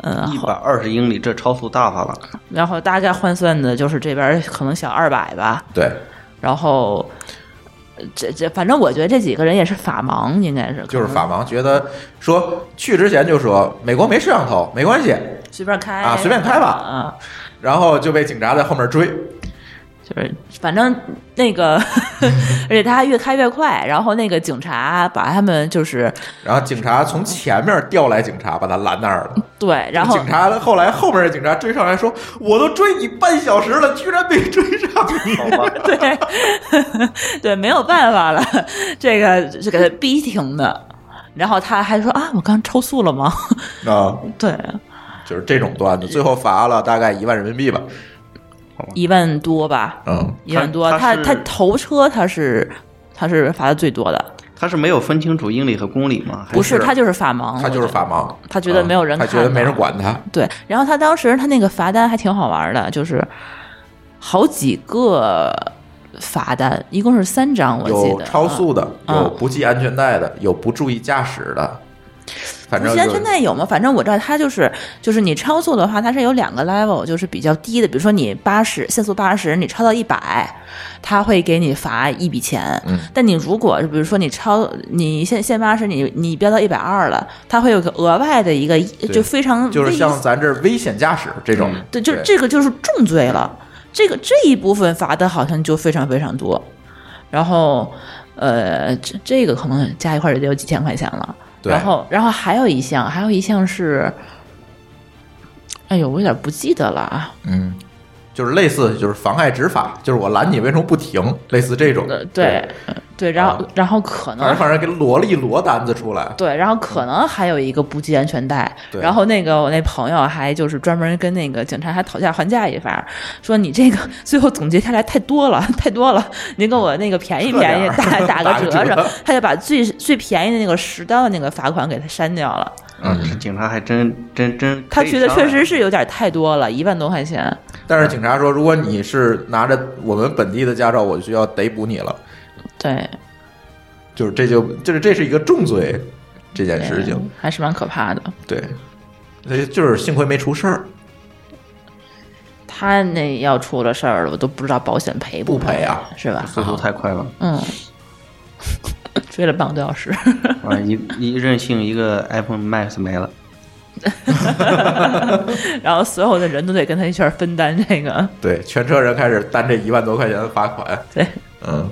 [SPEAKER 4] 嗯，
[SPEAKER 3] 一百二十英里，这超速大发了。
[SPEAKER 4] 然后大概换算的就是这边可能小二百吧，
[SPEAKER 1] 对，
[SPEAKER 4] 然后。呃这这，反正我觉得这几个人也是法盲，应该是
[SPEAKER 1] 就是
[SPEAKER 4] 可能
[SPEAKER 1] 法盲觉得说去之前就说美国没摄像头，没关系，
[SPEAKER 4] 随便开
[SPEAKER 1] 啊随便开吧
[SPEAKER 4] 啊，
[SPEAKER 1] 然后就被警察在后面追。
[SPEAKER 4] 就是反正那个， (laughs) 而且他还越开越快，然后那个警察把他们就是
[SPEAKER 1] 然后警察从前面调来警察，把他拦那儿了。
[SPEAKER 4] 对，然后
[SPEAKER 1] 警察后来后面的警察追上来说：“我都追你半小时了，居然没追上你。
[SPEAKER 4] (laughs)
[SPEAKER 1] (laughs)
[SPEAKER 4] 对 (laughs) 对，没有办法了，这个就给他逼停的。然后他还说啊，我刚超速了吗？
[SPEAKER 1] 啊，
[SPEAKER 4] 对，
[SPEAKER 1] 哦就是这种段子，最后罚了大概一万人民币吧。
[SPEAKER 3] 好吧？
[SPEAKER 4] 一万多吧，
[SPEAKER 1] 嗯，
[SPEAKER 4] 一万多。
[SPEAKER 3] 它
[SPEAKER 4] 他
[SPEAKER 3] 它是
[SPEAKER 4] 他头车他是他是罚的最多的，
[SPEAKER 3] 他是没有分清楚英里和公里吗？还
[SPEAKER 4] 不是他就是法盲，
[SPEAKER 1] 他就是
[SPEAKER 4] 我觉得
[SPEAKER 1] 法盲，
[SPEAKER 4] 哦他觉得没有人
[SPEAKER 1] 他
[SPEAKER 4] 看，
[SPEAKER 1] 觉得没人。管他，
[SPEAKER 4] 对，然后他当时他那个罚单还挺好玩的，就是好几个罚单，一共是三张，我记
[SPEAKER 1] 有
[SPEAKER 4] 得
[SPEAKER 1] 超速的，
[SPEAKER 4] 嗯
[SPEAKER 1] 有不系安全带的，有不注意驾驶的，反
[SPEAKER 4] 不
[SPEAKER 1] 正
[SPEAKER 4] 是安全
[SPEAKER 1] 就
[SPEAKER 4] 带有吗？反正我知道它就是就是你超速的话，它是有两个 level，就是比较低的，比如说你八十限速八十，你超到一百，它会给你罚一笔钱。
[SPEAKER 1] 嗯
[SPEAKER 4] 但你如果比如说你超你限限八十，你你飙到一百二了，它会有个额外的一个就非常
[SPEAKER 1] 就是
[SPEAKER 4] 危
[SPEAKER 1] 像咱这危险驾驶这种，
[SPEAKER 4] 嗯对，就是这个就是重罪了。这个这一部分罚的好像就非常非常多，然后呃，这这个可能加一块儿也得有几千块钱了。
[SPEAKER 1] 对
[SPEAKER 4] 然后然后还有一项，还有一项是，哎呦，我有点不记得了啊。
[SPEAKER 1] 嗯，就是类似就是妨碍执法，就是我拦你为什么不停，类似这种
[SPEAKER 4] 呃，，对，呃对，然后、
[SPEAKER 1] 啊
[SPEAKER 4] 然后可
[SPEAKER 1] 反正
[SPEAKER 4] 能
[SPEAKER 1] 反正给摞了一摞单子出来，
[SPEAKER 4] 对，然后可能还有一个不系安全带。
[SPEAKER 1] 嗯对
[SPEAKER 4] 然后那个我那朋友还就是专门跟那个警察还讨价还价一番，说你这个 (laughs) 最后总结下来太多了，太多了，您给我那个便宜
[SPEAKER 1] 撤点
[SPEAKER 4] 便宜
[SPEAKER 1] 儿 (laughs)
[SPEAKER 4] 打打个
[SPEAKER 1] 打个
[SPEAKER 4] 折
[SPEAKER 1] 折
[SPEAKER 4] 上，他就把最最便宜的那个十刀的那个罚款给他删掉了。
[SPEAKER 1] 嗯，
[SPEAKER 3] 啊警察还真真真，
[SPEAKER 4] 他觉得确实是有点太多了，一万多块钱。
[SPEAKER 1] 但是警察说，如果你是拿着我们本地的驾照，我就要逮捕你了，
[SPEAKER 4] 对，
[SPEAKER 1] 就是这就就是这是一个重罪，这件事情，
[SPEAKER 4] 还是蛮可怕的。
[SPEAKER 1] 对，所以就是幸亏没出事儿，
[SPEAKER 4] 他那要出了事儿了，我都不知道保险赔
[SPEAKER 1] 不
[SPEAKER 4] 赔
[SPEAKER 1] 赔啊，
[SPEAKER 4] 是吧？
[SPEAKER 3] 速度太快了。
[SPEAKER 4] 嗯， (laughs) 追了半个多小时。
[SPEAKER 3] 啊，一一任性，一个 iPhone Max 没了。
[SPEAKER 4] 然后所有的人都得跟他一块儿分担这个。
[SPEAKER 1] 对，全车人开始担这一万多块钱的罚款，
[SPEAKER 4] 对，
[SPEAKER 1] 嗯，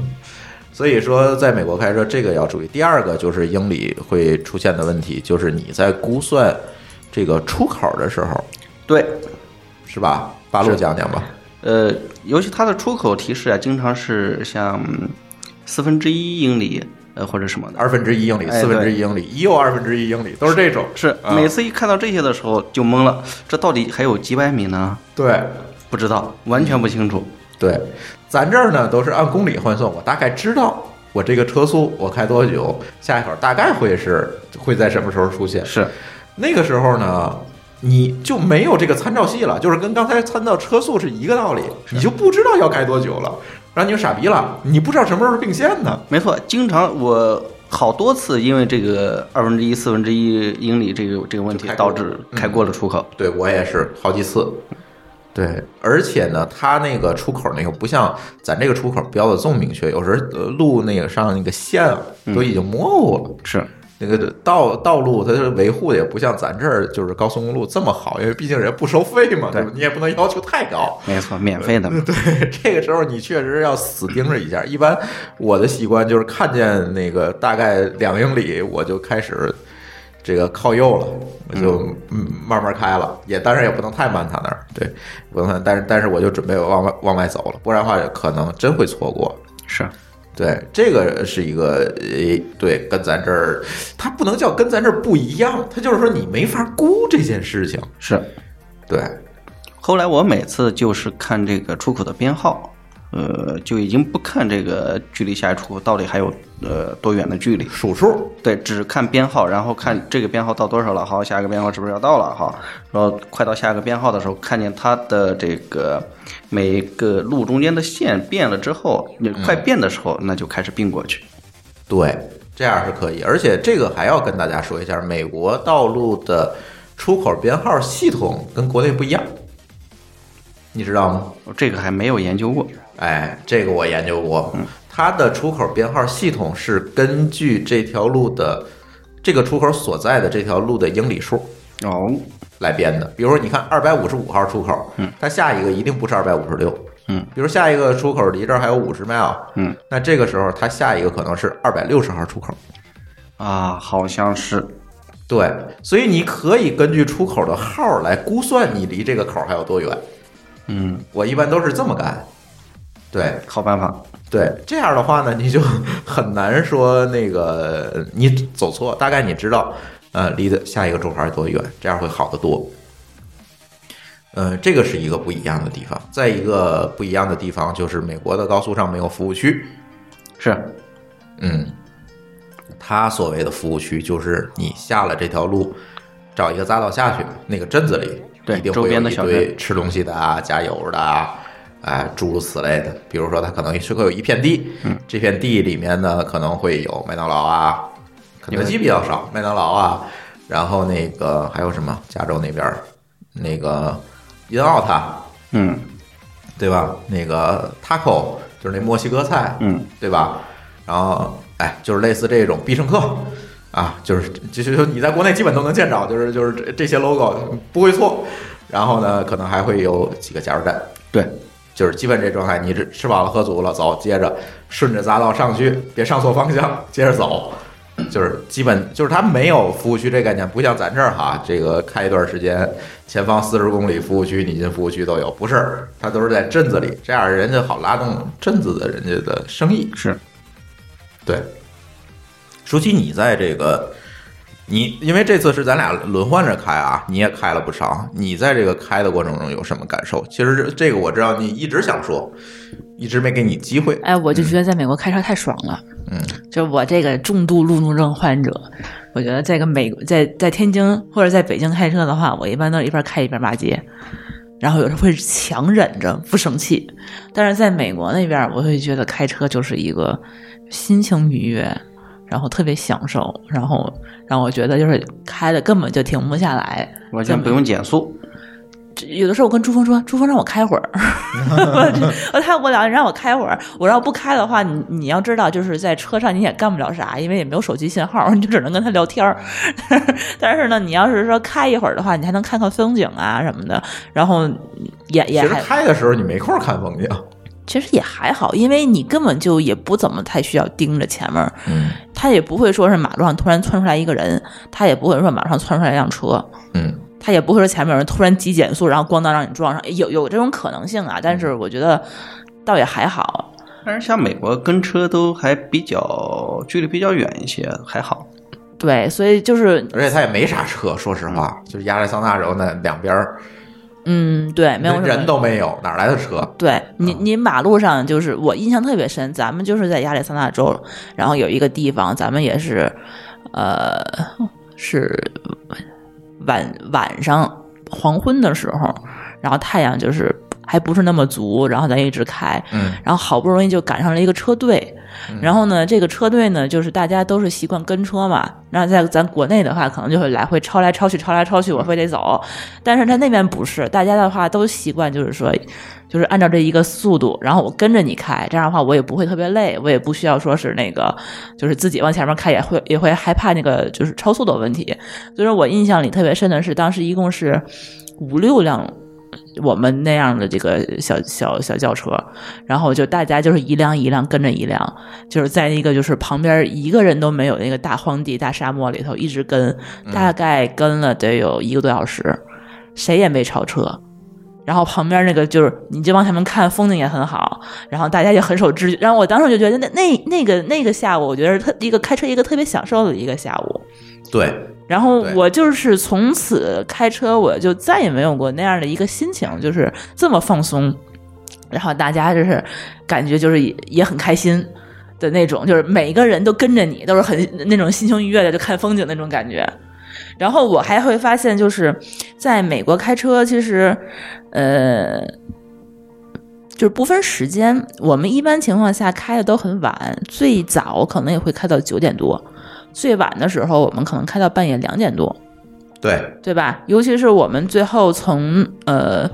[SPEAKER 1] 所以说在美国开车这个要注意。第二个就是英里会出现的问题，就是你在估算这个出口的时候，
[SPEAKER 3] 对，
[SPEAKER 1] 是吧？八路讲讲吧，
[SPEAKER 3] 呃，尤其它的出口提示啊，经常是像四分之一英里，呃，或者什么的。
[SPEAKER 1] 二分之一英里、
[SPEAKER 3] 哎
[SPEAKER 1] 四分之一英里、一又二分之一英里，都是这种。
[SPEAKER 3] 是
[SPEAKER 1] 啊
[SPEAKER 3] 每次一看到这些的时候就懵了，这到底还有几百米呢？
[SPEAKER 1] 对
[SPEAKER 3] 不知道，完全不清楚。
[SPEAKER 1] 对，咱这儿呢都是按公里换算，我大概知道我这个车速我开多久，下一口大概会是会在什么时候出现。
[SPEAKER 3] 是，
[SPEAKER 1] 那个时候呢，你就没有这个参照系了，就是跟刚才参照车速是一个道理，你就不知道要开多久了，然后你就傻逼了，你不知道什么时候是并线呢。
[SPEAKER 3] 没错，经常我好多次因为这个二分之一、四分之一英里这个这个问题
[SPEAKER 1] 就开，过了
[SPEAKER 3] 导致
[SPEAKER 1] 嗯
[SPEAKER 3] 开过了出口。
[SPEAKER 1] 对我也是好几次。对，而且呢，它那个出口那个不像咱这个出口标的这么明确，有时候呃路那个上那个线啊都已经模糊了，
[SPEAKER 3] 是，
[SPEAKER 1] 那个道道路它是维护的也不像咱这儿就是高速公路这么好，因为毕竟人家不收费嘛，对吧？你也不能要求太高。
[SPEAKER 3] 没错，免费的。
[SPEAKER 1] 对， (laughs) 这个时候你确实要死盯着一下。一般我的习惯就是看见那个大概两英里，我就开始这个靠右了，我就嗯慢慢开了，也当然也不能太慢他那儿，对，不能太，但是但是我就准备往外往外走了，不然的话可能真会错过。
[SPEAKER 3] 是，
[SPEAKER 1] 对，这个是一个呃，对，跟咱这儿，它不能叫跟咱这儿不一样，它就是说你没法估这件事情。
[SPEAKER 3] 是。
[SPEAKER 1] 对，
[SPEAKER 3] 后来我每次就是看这个出口的编号，呃，就已经不看这个距离下一出口到底还有呃多远的距离，
[SPEAKER 1] 数数，
[SPEAKER 3] 对，只看编号，然后
[SPEAKER 4] 嗯
[SPEAKER 3] 看这个编号到多少了，好，下一个编号是不是要到了，哈，然后快到下一个编号的时候，看见它的这个每个路中间的线变了之后，你快变的时候，那就开始并过去。
[SPEAKER 1] 对，这样是可以。而且这个还要跟大家说一下，美国道路的出口编号系统跟国内不一样，你知道吗？
[SPEAKER 3] 这个还没有研究过，
[SPEAKER 1] 哎，这个我研究过，它的出口编号系统是根据这条路的这个出口所在的这条路的英里数。
[SPEAKER 3] 哦，
[SPEAKER 1] 来编的。比如说，你看二百五十五号出口，嗯，它下一个一定不是二百五十六，
[SPEAKER 3] 嗯，
[SPEAKER 1] 比如下一个出口离这儿还有五十 mile，
[SPEAKER 3] 嗯，
[SPEAKER 1] 那这个时候它下一个可能是二百六十号出口。
[SPEAKER 3] 啊，好像是，
[SPEAKER 1] 对，所以你可以根据出口的号来估算你离这个口还有多远。
[SPEAKER 3] 嗯，
[SPEAKER 1] 我一般都是这么干。对
[SPEAKER 3] 好办法，
[SPEAKER 1] 对，这样的话呢，你就很难说那个呃你走错，大概你知道，呃，离的下一个中环有多远，这样会好得多。呃，这个是一个不一样的地方。再一个不一样的地方就是美国的高速上没有服务区，
[SPEAKER 3] 是，
[SPEAKER 1] 嗯，它所谓的服务区就是你下了这条路，找一个匝道下去，那个镇子里
[SPEAKER 3] 对
[SPEAKER 1] 一定
[SPEAKER 3] 周
[SPEAKER 1] 会有
[SPEAKER 3] 边的
[SPEAKER 1] 一
[SPEAKER 3] 小
[SPEAKER 1] 堆
[SPEAKER 3] 镇
[SPEAKER 1] 吃东西的啊、加油的啊。哎，诸如此类的，比如说，它可能是会有一片地，
[SPEAKER 3] 嗯
[SPEAKER 1] 这片地里面呢可能会有麦当劳啊，肯德基比较少，麦当劳啊，然后那个还有什么？加州那边儿那个因奥塔，
[SPEAKER 3] 嗯
[SPEAKER 1] 对吧？那个 taco 就是那墨西哥菜，
[SPEAKER 3] 嗯，
[SPEAKER 1] 对吧？然后哎，就是类似这种必胜客啊，就是就是就你在国内基本都能见着，就是就是这这些 logo 不会错。然后呢，可能还会有几个加油站，
[SPEAKER 3] 对，
[SPEAKER 1] 就是基本这状态。你吃吃饱了喝足了，走，接着顺着匝道上去，别上错方向，接着走。就是基本就是它没有服务区这概念，不像咱这儿哈，这个开一段时间，前方四十公里服务区，你进服务区都有，不是，它都是在镇子里，这样人家好拉动镇子的人家的生意。
[SPEAKER 3] 是
[SPEAKER 1] 对，舒淇，你在这个你因为这次是咱俩轮换着开啊，你也开了不少，你在这个开的过程中有什么感受？其实这这个我知道你一直想说，一直没给你机会。
[SPEAKER 4] 哎，我就觉得在美国开车太爽了。
[SPEAKER 1] 嗯，
[SPEAKER 4] 就我这个重度路怒症患者，我觉得在个美在在天津或者在北京开车的话，我一般都是一边开一边骂街，然后有时候会强忍着不生气。但是在美国那边，我会觉得开车就是一个心情愉悦，然后特别享受，然后让我觉得就是开的根本就停不下来。
[SPEAKER 3] 完全不用减速，
[SPEAKER 4] 嗯有的时候我跟朱峰说，朱峰让我
[SPEAKER 1] (laughs)
[SPEAKER 4] 开会儿，我太无聊，你让我开会儿。我要不开的话，你你要知道，就是在车上你也干不了啥，因为也没有手机信号，你就只能跟他聊天儿。 (laughs) 但是呢，你要是说开一会儿的话，你还能看看风景啊什么的，然后也
[SPEAKER 1] 其
[SPEAKER 4] 也
[SPEAKER 1] 实
[SPEAKER 4] 还
[SPEAKER 1] 开的时候你没空看风景，
[SPEAKER 4] 其实也还好，因为你根本就也不怎么太需要盯着前面儿，
[SPEAKER 1] 嗯
[SPEAKER 4] 他也不会说是马路上突然窜出来一个人，他也不会说马路上窜出来一辆车，
[SPEAKER 1] 嗯，
[SPEAKER 4] 他也不会说前面有人突然急减速，然后咣当让你撞上，有有这种可能性啊。但是我觉得倒也还好，
[SPEAKER 3] 但是像美国跟车都还比较距离比较远一些，还好，
[SPEAKER 4] 对，所以就是
[SPEAKER 1] 而且他也没啥车，说实话，就是亚利桑那州那两边儿
[SPEAKER 4] 嗯，对，没有什么
[SPEAKER 1] 人都没有，哪来的车？
[SPEAKER 4] 对你，你马路上就是我印象特别深，咱们就是在亚利桑那州，然后有一个地方，咱们也是，呃，是晚晚上黄昏的时候，然后太阳就是还不是那么足，然后咱一直开，
[SPEAKER 1] 嗯，
[SPEAKER 4] 然后好不容易就赶上了一个车队，然后呢，这个车队呢，就是大家都是习惯跟车嘛，那在咱国内的话，可能就会来回超来超去，超来超去，我非得走，但是他那边不是，大家的话都习惯就是说，就是按照这一个速度，然后我跟着你开，这样的话我也不会特别累，我也不需要说是那个，就是自己往前面开也会也会害怕那个就是超速的问题。所以说我印象里特别深的是，当时一共是五六辆。我们那样的这个小小小轿车，然后就大家就是一辆一辆跟着一辆，就是在一个就是旁边一个人都没有那个大荒地、大沙漠里头一直跟，大概跟了得有一个多小时，谁也没超车。然后旁边那个就是，你就往前面看，风景也很好，然后大家也很守秩序。然后我当时就觉得那那那个那个下午，我觉得是特一个开车一个特别享受的一个下午。
[SPEAKER 1] 对，
[SPEAKER 4] 然后
[SPEAKER 1] 对
[SPEAKER 4] 我就是从此开车，我就再也没有过那样的一个心情，就是这么放松，然后大家就是感觉就是也也很开心的那种，就是每个人都跟着你，都是很那种心情愉悦的，就看风景那种感觉。然后我还会发现，就是在美国开车，其实，呃，就是不分时间，我们一般情况下开的都很晚，最早可能也会开到九点多，最晚的时候我们可能开到半夜两点多，
[SPEAKER 1] 对，
[SPEAKER 4] 对吧？尤其是我们最后从呃。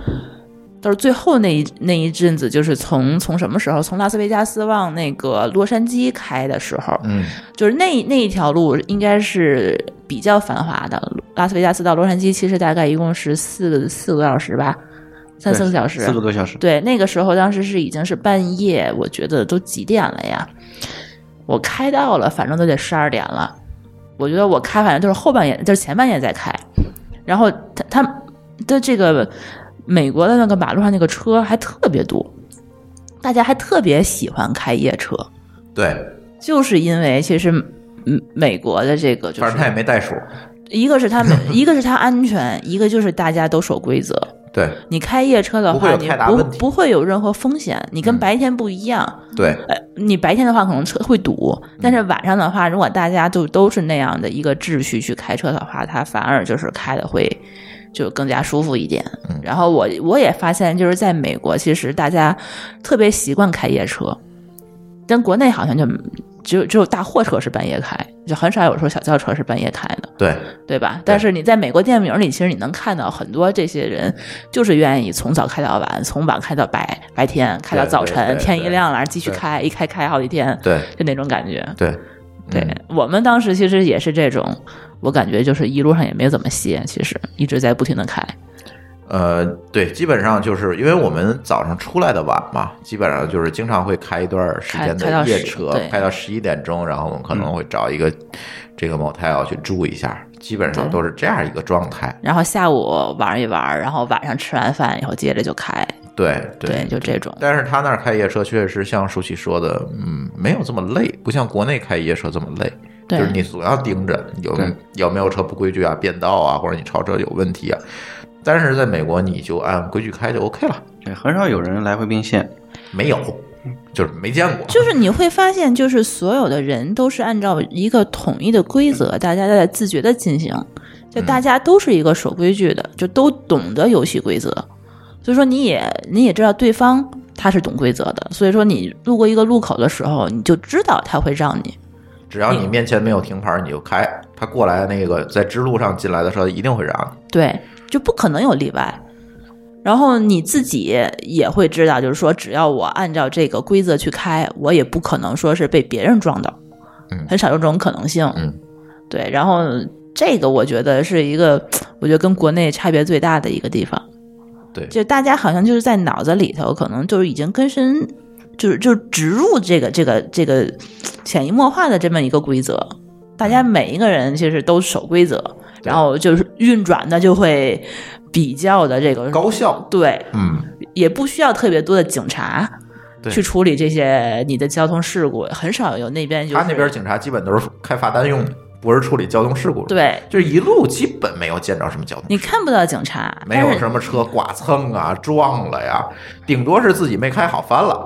[SPEAKER 4] 到是最后那一那一阵子，就是从从什么时候，从拉斯维加斯往那个洛杉矶开的时候，
[SPEAKER 1] 嗯
[SPEAKER 4] 就是那那一条路应该是比较繁华的。拉斯维加斯到洛杉矶其实大概一共是四个四个多小时吧，三四个小时，
[SPEAKER 3] 四个多小时，
[SPEAKER 4] 对，那个时候当时是已经是半夜，我觉得都几点了呀？我开到了，反正都得十二点了。我觉得我开反正就是后半夜，就是前半夜在开。然后他他的这个美国的那个马路上那个车还特别多，大家还特别喜欢开夜车，
[SPEAKER 1] 对，
[SPEAKER 4] 就是因为其实嗯美国的这个就
[SPEAKER 1] 反正他也
[SPEAKER 4] 是
[SPEAKER 1] 没带数，
[SPEAKER 4] 一个是他们一个是它安全，一个就是大家都守规则。
[SPEAKER 1] 对
[SPEAKER 4] 你开夜车的
[SPEAKER 1] 不会
[SPEAKER 4] 话，
[SPEAKER 1] 有
[SPEAKER 4] 你
[SPEAKER 1] 太大
[SPEAKER 4] 不
[SPEAKER 1] 问题
[SPEAKER 4] 不会有任何风险，你跟
[SPEAKER 1] 嗯
[SPEAKER 4] 白天不一样。
[SPEAKER 1] 对，
[SPEAKER 4] 呃，你白天的话可能车会堵，但是晚上的话，如果大家就都是那样的一个秩序去开车的话，它反而就是开的会就更加舒服一点。
[SPEAKER 1] 嗯
[SPEAKER 4] 然后我我也发现，就是在美国，其实大家特别习惯开夜车，但国内好像就只有只有大货车是半夜开，就很少有说小轿车是半夜开的，
[SPEAKER 1] 对，
[SPEAKER 4] 对吧？但是你在美国电影里，其实你能看到很多这些人就是愿意从早开到晚，从晚开到白白天，开到
[SPEAKER 1] 对
[SPEAKER 4] 早
[SPEAKER 1] 对对
[SPEAKER 4] 晨，天一
[SPEAKER 1] 对
[SPEAKER 4] 亮了继续
[SPEAKER 1] 对
[SPEAKER 4] 开，一开开好几天。
[SPEAKER 1] 对，
[SPEAKER 4] 就那种感觉。
[SPEAKER 1] 对，
[SPEAKER 4] 对、
[SPEAKER 1] 嗯
[SPEAKER 4] 我们当时其实也是这种，我感觉就是一路上也没有怎么歇，其实一直在不停的开。
[SPEAKER 1] 呃，对，基本上就是因为我们早上出来的晚嘛，基本上就是经常会开一段时间
[SPEAKER 4] 开开到
[SPEAKER 1] 的夜
[SPEAKER 4] 10
[SPEAKER 1] 车
[SPEAKER 4] 对，嗯
[SPEAKER 1] 开到十一点钟，然后我们可能会找一个这个 motel 去住一下，基本上
[SPEAKER 4] 对
[SPEAKER 1] 都是这样一个状态。
[SPEAKER 4] 然后下午玩一玩，然后晚上吃完饭以后接着就开，
[SPEAKER 1] 对
[SPEAKER 4] 对，就这种。
[SPEAKER 1] 但是他那儿开夜车确实像舒淇说的，嗯，没有这么累，不像国内开夜车这么累。
[SPEAKER 4] 对
[SPEAKER 1] 就是你总要盯着有
[SPEAKER 3] 对
[SPEAKER 1] 有没有车不规矩啊、变道啊，或者你超车有问题啊。但是在美国，你就按规矩开就 OK 了，
[SPEAKER 3] 对，很少有人来回并线。
[SPEAKER 1] 没有，就是没见过。
[SPEAKER 4] 就是你会发现，就是所有的人都是按照一个统一的规则，大家在自觉的进行，就大家都是一个守规矩的，就都懂得游戏规则。所以说，你也你也知道对方他是懂规则的，所以说你路过一个路口的时候，你就知道他会让你。
[SPEAKER 1] 只要你面前没有停牌，你就开。他过来那个在支路上进来的车一定会让你。
[SPEAKER 4] 对，就不可能有例外。然后你自己也会知道，就是说，只要我按照这个规则去开，我也不可能说是被别人撞到，
[SPEAKER 1] 嗯
[SPEAKER 4] 很少有这种可能性。
[SPEAKER 1] 嗯
[SPEAKER 4] 对，然后这个我觉得是一个，我觉得跟国内差别最大的一个地方，
[SPEAKER 1] 对，
[SPEAKER 4] 就大家好像就是在脑子里头，可能就是已经根深，就是就植入这个这个这个潜移默化的这么一个规则，大家每一个人其实都守规则，然后就是运转的就会比较的这个
[SPEAKER 1] 高效。
[SPEAKER 4] 对，
[SPEAKER 1] 嗯，
[SPEAKER 4] 也不需要特别多的警察。
[SPEAKER 1] 对
[SPEAKER 4] 去处理这些你的交通事故，很少有那边就是
[SPEAKER 1] 他那边警察基本都是开罚单用的，不是处理交通事故。，
[SPEAKER 4] 对，
[SPEAKER 1] 就是一路基本没有见着什么交通
[SPEAKER 4] 你看不到警察，
[SPEAKER 1] 没
[SPEAKER 4] 但
[SPEAKER 1] 有
[SPEAKER 4] 是嗯
[SPEAKER 1] 什么车剐蹭啊、撞了呀，顶多是自己没开好翻了，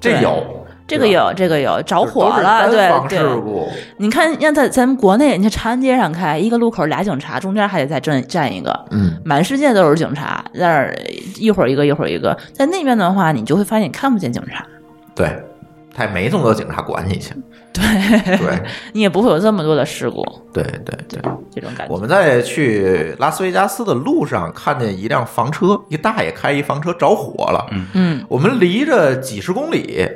[SPEAKER 1] 这
[SPEAKER 4] 对
[SPEAKER 1] 有
[SPEAKER 4] 这个
[SPEAKER 1] 对吧
[SPEAKER 4] 有，这个
[SPEAKER 1] 就
[SPEAKER 4] 有，着
[SPEAKER 1] 是都
[SPEAKER 4] 火
[SPEAKER 1] 是
[SPEAKER 4] 了，
[SPEAKER 1] 单
[SPEAKER 4] 对
[SPEAKER 1] 方事
[SPEAKER 4] 对。
[SPEAKER 1] 故，
[SPEAKER 4] 你看，像在咱们国内，你看长安街上开一个路口俩警察，中间还得再站站一个，
[SPEAKER 1] 嗯，
[SPEAKER 4] 满世界都是警察，在那儿一会儿一个一会儿一个。在那边的话，你就会发现你看不见警察，
[SPEAKER 1] 对，他也没这么多警察管
[SPEAKER 4] (laughs)
[SPEAKER 1] 你去，对
[SPEAKER 4] 你也不会有这么多的事故，
[SPEAKER 1] 对对对对。
[SPEAKER 4] 这种感觉
[SPEAKER 1] 我。们在去拉斯维加斯的路上看见一辆房车，一大爷开一房车着火了，嗯，
[SPEAKER 4] 嗯，
[SPEAKER 1] 我们离着几十公里。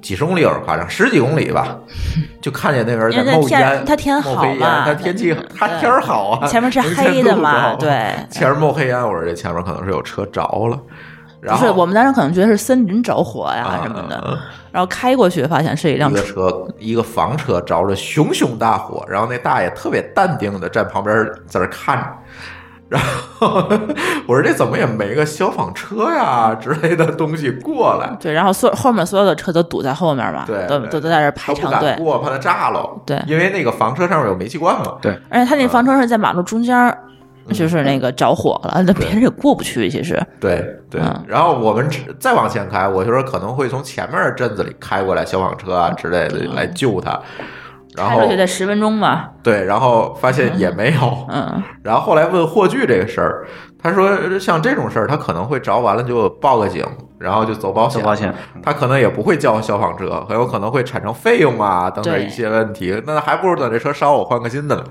[SPEAKER 1] 几十公里有点夸张，十几公里
[SPEAKER 4] (laughs)
[SPEAKER 1] 吧，就看见那边在
[SPEAKER 4] 因为
[SPEAKER 1] 冒
[SPEAKER 4] 天
[SPEAKER 1] 烟。
[SPEAKER 4] 它天
[SPEAKER 1] 冒
[SPEAKER 4] 好
[SPEAKER 1] 黑烟
[SPEAKER 4] 嘛
[SPEAKER 1] 它天气
[SPEAKER 4] 对
[SPEAKER 1] 它天儿好啊，
[SPEAKER 4] 前面是
[SPEAKER 1] 能见
[SPEAKER 4] 黑的
[SPEAKER 1] 度
[SPEAKER 4] 嘛
[SPEAKER 1] 高
[SPEAKER 4] 对
[SPEAKER 1] (laughs) 前面冒黑烟，我说这前面可能是有车着了，然
[SPEAKER 4] 不
[SPEAKER 1] 后
[SPEAKER 4] 是，我们当时可能觉得是森林着火呀、
[SPEAKER 1] 啊
[SPEAKER 4] 什么
[SPEAKER 1] 啊
[SPEAKER 4] 的，然后开过去发现是一辆
[SPEAKER 1] 一个
[SPEAKER 4] 车，
[SPEAKER 1] 车，一个房车着着熊熊大火，然后那大爷特别淡定的站旁边在那儿看着。然后 (laughs) 我说这怎么也没个消防车呀之类的东西过来，
[SPEAKER 4] 对，然后所有后面所有的车都堵在后面嘛，
[SPEAKER 1] 对
[SPEAKER 4] 都
[SPEAKER 1] 对
[SPEAKER 4] 都都在这
[SPEAKER 1] 他
[SPEAKER 4] 儿排
[SPEAKER 1] 不
[SPEAKER 4] 长队嗯
[SPEAKER 1] 敢，过，怕它炸了。
[SPEAKER 4] 对
[SPEAKER 1] 因为那个房车上面有煤气罐嘛。
[SPEAKER 3] 对
[SPEAKER 4] 而且他那
[SPEAKER 1] 啊
[SPEAKER 4] 房车是在马路中间儿，
[SPEAKER 1] 嗯
[SPEAKER 4] 就是那个着火了，那别人也过不去。其实，
[SPEAKER 1] 对对
[SPEAKER 4] 嗯，
[SPEAKER 1] 然后我们只再往前开，我就说可能会从前面的镇子里开过来消防车啊之类的来救他。然
[SPEAKER 4] 嗯开
[SPEAKER 1] 后
[SPEAKER 4] 过去得十分钟嘛，
[SPEAKER 1] 对，然后发现也没有。
[SPEAKER 4] 嗯，
[SPEAKER 1] (laughs) 然后后来问霍炬这个事儿，他说像这种事儿，他可能会找完了就报个警，然后就走
[SPEAKER 4] 哦
[SPEAKER 1] 保
[SPEAKER 3] 走
[SPEAKER 1] 险。
[SPEAKER 3] 保险，
[SPEAKER 1] 他可能也不会叫消防车，很有可能会产生费用啊等等
[SPEAKER 4] 对
[SPEAKER 1] 一些问题。那还不如等这车烧我换个新的呢。